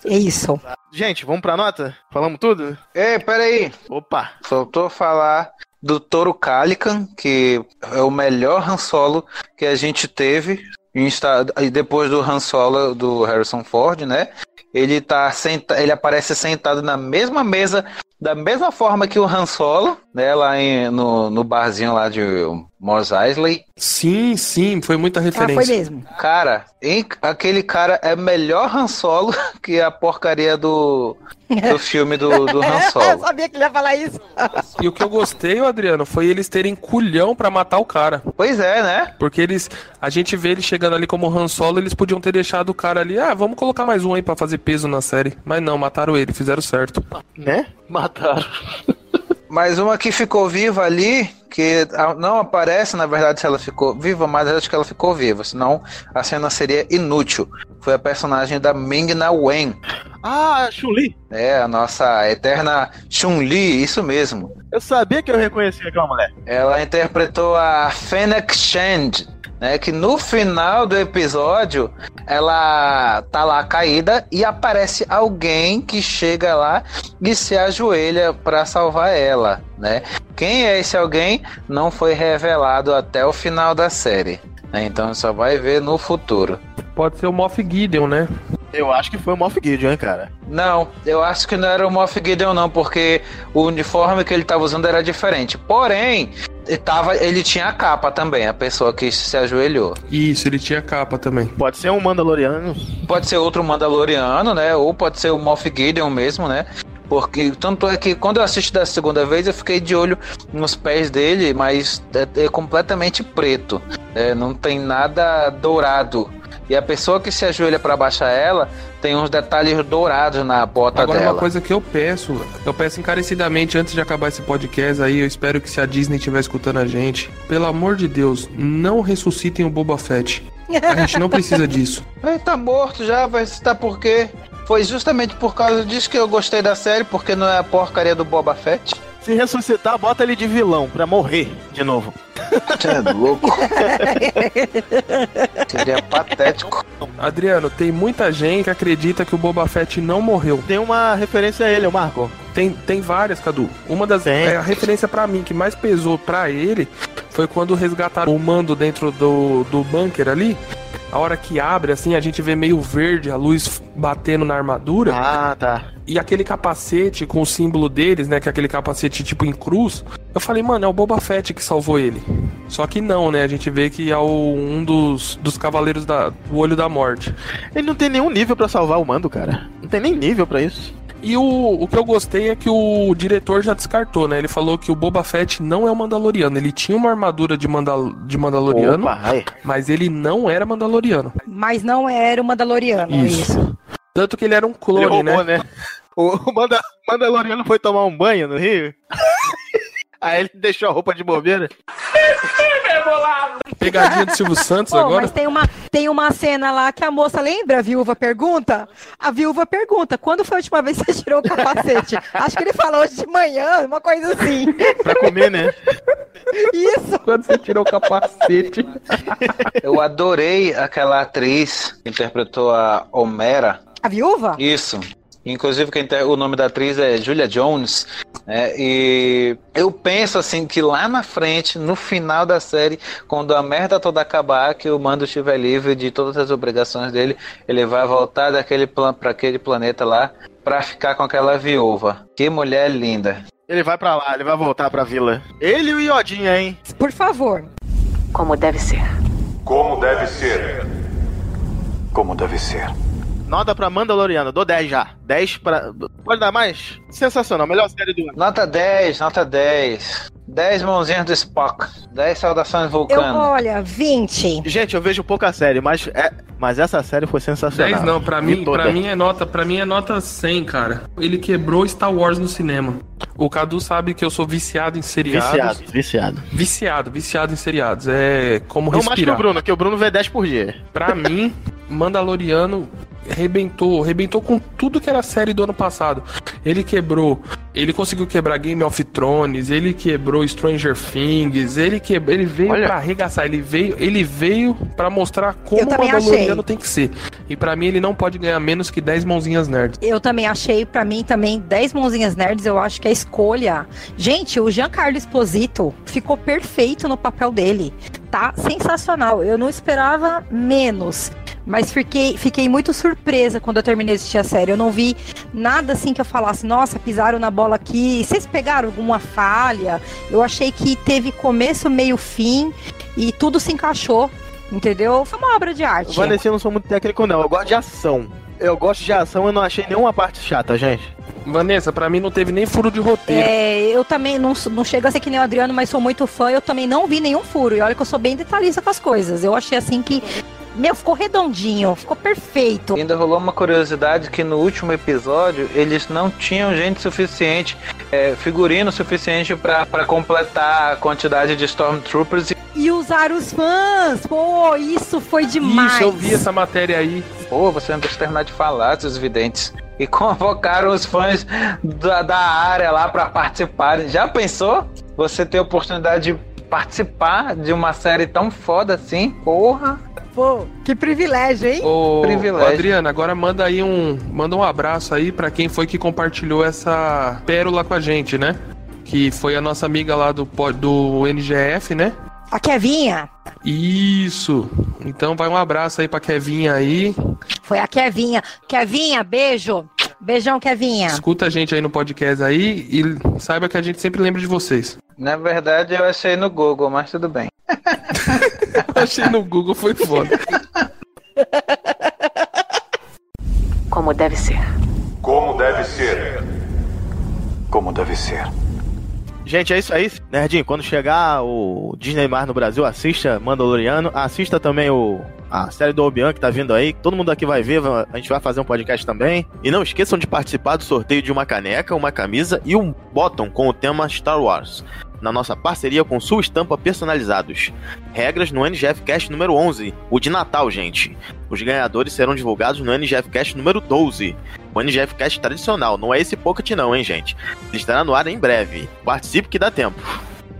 É isso.
Gente, vamos pra nota? Falamos tudo?
Ei, peraí.
Opa.
Faltou falar do Toro Calican, que é o melhor Han Solo que a gente teve. E depois do Han Solo do Harrison Ford, né? Ele, tá senta ele aparece sentado na mesma mesa, da mesma forma que o Han Solo, né? Lá em, no, no barzinho lá de Mos Eisley.
Sim, sim, foi muita referência.
Ah, foi mesmo.
Cara, hein, aquele cara é melhor Han Solo [laughs] que a porcaria do, do filme do, do Han
[laughs]
Solo. eu
[laughs]
É, sabia que ele ia falar isso.
e o que eu gostei, Adriano, foi eles terem culhão para matar o cara.
Pois é, né?
Porque eles, a gente vê ele chegando ali como Han Solo, eles podiam ter deixado o cara ali, ah, vamos colocar mais um aí para fazer peso na série. Mas não, mataram ele, fizeram certo.
Né? [laughs] Mataram.
Mas uma que ficou viva ali, que não aparece, na verdade, se ela ficou viva, mas acho que ela ficou viva, senão a cena seria inútil. Foi a personagem da Ming-Na Wen.
Ah, Chun-Li.
É, a nossa eterna Chun-Li, isso mesmo.
Eu sabia que eu reconhecia aquela mulher.
Ela interpretou a Fennec Shand, né, que no final do episódio ela tá lá caída e aparece alguém que chega lá e se ajoelha para salvar ela, né? Quem é esse alguém não foi revelado até o final da série, né? Então só vai ver no futuro.
Pode ser o Moff Gideon, né?
Eu acho que foi o Moff Gideon, hein, cara?
Não, eu acho que não era o Moff Gideon, não, porque o uniforme que ele estava usando era diferente. Porém, ele, tava, ele tinha a capa também, a pessoa que se ajoelhou.
Isso, ele tinha capa também.
Pode ser um Mandaloriano.
Pode ser outro Mandaloriano, né? Ou pode ser o Moff Gideon mesmo, né? Porque tanto é que quando eu assisti da segunda vez eu fiquei de olho nos pés dele, mas é, é completamente preto. É, não tem nada dourado. E a pessoa que se ajoelha para baixar ela tem uns detalhes dourados na bota
Agora,
dela.
uma coisa que eu peço, eu peço encarecidamente antes de acabar esse podcast aí, eu espero que se a Disney estiver escutando a gente, pelo amor de Deus, não ressuscitem o Boba Fett. A gente não precisa disso.
Ele tá morto já, vai ressuscitar por quê? Foi justamente por causa disso que eu gostei da série, porque não é a porcaria do Boba Fett.
Se ressuscitar, bota ele de vilão pra morrer de novo.
Você é [laughs] louco. Seria patético.
[laughs] Adriano, tem muita gente que acredita que o Boba Fett não morreu.
Tem uma referência a ele, Marco.
Tem, tem várias, Cadu. Uma das. É, a referência para mim que mais pesou para ele foi quando resgataram o mando dentro do, do bunker ali. A hora que abre, assim, a gente vê meio verde, a luz batendo na armadura.
Ah, tá.
E aquele capacete com o símbolo deles, né? Que é aquele capacete tipo em cruz. Eu falei, mano, é o Boba Fett que salvou ele. Só que não, né? A gente vê que é o, um dos, dos cavaleiros da, do Olho da Morte.
Ele não tem nenhum nível para salvar o mando, cara. Não tem nem nível para isso.
E o, o que eu gostei é que o diretor já descartou, né? Ele falou que o Boba Fett não é um Mandaloriano. Ele tinha uma armadura de, mandal de Mandaloriano, Opa, mas ele não era Mandaloriano.
Mas não era o Mandaloriano, isso. isso.
Tanto que ele era um clone, ele roubou, né? né?
O Manda Mandaloriano foi tomar um banho no
[laughs]
Rio. Aí ele deixou a roupa de bobeira.
Pegadinha do [laughs] Silvio Santos Pô, agora. Mas
tem uma, tem uma cena lá que a moça lembra, a viúva pergunta? A viúva pergunta, quando foi a última vez que você tirou o capacete? Acho que ele falou hoje de manhã, uma coisa assim. [laughs]
Pra comer, né?
Isso.
Quando você tirou o capacete.
Eu adorei aquela atriz que interpretou a Homera.
A viúva?
Isso. Inclusive, quem tem, o nome da atriz é Julia Jones. Né? E eu penso assim que lá na frente, no final da série, quando a merda toda acabar, que o Mando estiver livre de todas as obrigações dele, ele vai voltar daquele para aquele planeta lá para ficar com aquela viúva. Que mulher linda.
Ele vai para lá, ele vai voltar pra vila. Ele e o Iodinha, hein?
Por favor.
Como deve ser.
Como deve ser.
Como deve ser.
Nota pra Mandaloriana, dou 10 já. 10 pra. Pode dar mais? Sensacional, melhor série do ano.
Nota 10, nota 10. 10 mãozinhas do Spock. 10 saudações vulcano.
Eu, olha, 20.
Gente, eu vejo pouca série, mas, é... mas essa série foi sensacional. 10
não, pra mim, pra mim é nota, pra mim é nota 100, cara. Ele quebrou Star Wars no cinema. O Cadu sabe que eu sou viciado em seriados.
Viciado, viciado.
Viciado, viciado em seriados. É como
não
respirar. Não mais
que o Bruno, que o Bruno vê 10 por dia.
Pra mim, Mandaloriano rebentou, rebentou com tudo que era série do ano passado. Ele quebrou, ele conseguiu quebrar Game of Thrones, ele quebrou Stranger Things, ele quebrou, ele veio Olha. pra arregaçar, ele veio, ele veio para mostrar como o Mandaloriano achei. tem que ser. E para mim ele não pode ganhar menos que 10 mãozinhas nerds.
Eu também achei, para mim também 10 mãozinhas nerds, eu acho que é escolha. Gente, o Giancarlo Esposito ficou perfeito no papel dele. Tá sensacional. Eu não esperava menos. Mas fiquei, fiquei muito surpresa quando eu terminei de assistir a série. Eu não vi nada assim que eu falasse, nossa, pisaram na bola aqui. Vocês pegaram alguma falha? Eu achei que teve começo, meio, fim e tudo se encaixou, entendeu? Foi uma obra de arte. O
Vanessa, eu não sou muito técnico, não. Eu gosto de ação. Eu gosto de ação, eu não achei nenhuma parte chata, gente.
Vanessa, para mim não teve nem furo de roteiro.
É, eu também não, não chego a ser que nem o Adriano, mas sou muito fã. Eu também não vi nenhum furo. E olha que eu sou bem detalhista com as coisas. Eu achei assim que meu, ficou redondinho, ficou perfeito.
Ainda rolou uma curiosidade que no último episódio eles não tinham gente suficiente, é, figurino suficiente para completar a quantidade de Stormtroopers.
E usar os fãs! Pô, isso foi demais! Isso,
eu vi essa matéria aí.
Pô, você não precisa terminar de falar, seus videntes. E [laughs] convocaram os fãs da, da área lá para participarem. Já pensou? Você ter a oportunidade de participar de uma série tão foda assim? Porra!
Pô, que privilégio, hein?
Ô, privilégio. Adriana, agora manda aí um, manda um abraço aí para quem foi que compartilhou essa pérola com a gente, né? Que foi a nossa amiga lá do do NGF, né?
A Kevinha.
Isso. Então vai um abraço aí para Kevinha aí.
Foi a Kevinha. Kevinha, beijo. Beijão, Kevinha.
Escuta a gente aí no podcast aí e saiba que a gente sempre lembra de vocês. [laughs]
Na verdade, eu achei no Google, mas tudo bem.
achei no Google, foi foda.
Como deve ser.
Como deve ser.
Como deve ser.
Gente, é isso aí. Nerdinho, quando chegar o Disney Mar no Brasil, assista Mandaloriano. Assista também o a série do Obi-Wan que tá vindo aí. Todo mundo aqui vai ver, a gente vai fazer um podcast também. E não esqueçam de participar do sorteio de uma caneca, uma camisa e um bottom com o tema Star Wars. Na nossa parceria com sua estampa personalizados. Regras no NGF Cast número 11, o de Natal, gente. Os ganhadores serão divulgados no NGF Cast número 12. O NGF Cast tradicional, não é esse pocket não, hein, gente. Ele estará no ar em breve. Participe que dá tempo.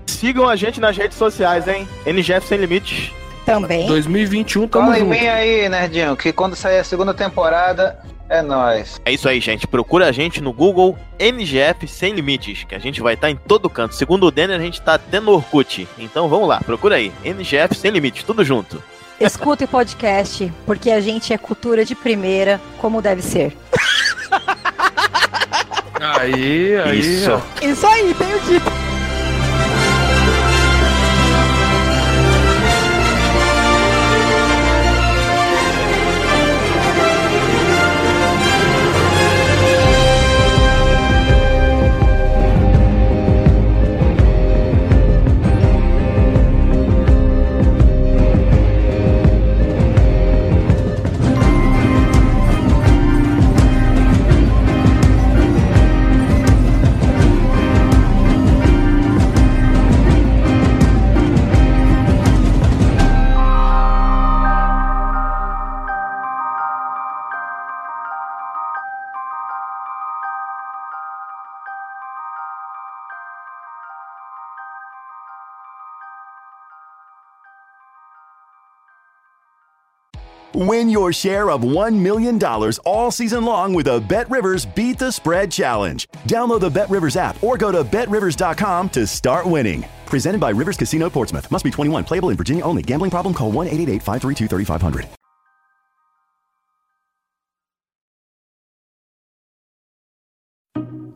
Sigam a gente nas redes sociais, hein? NGF Sem Limites.
Também.
2021 tamo Cola
junto. em mim aí, Nerdinho, que quando sair a segunda temporada, é nós.
É isso aí, gente. Procura a gente no Google NGF Sem Limites, que a gente vai estar tá em todo canto. Segundo o Denner, a gente está até no Orkut. Então vamos lá, procura aí. NGF Sem Limites, tudo junto.
Escuta o podcast, porque a gente é cultura de primeira, como deve ser.
Aí, aí.
Isso, isso aí, tenho dito.
Win your share of $1 million all season long with the Bet Rivers Beat the Spread Challenge. Download the Bet Rivers app or go to betrivers.com to start winning. Presented by Rivers Casino Portsmouth. Must be 21. Playable in Virginia only. Gambling problem? Call 1 888 532 3500.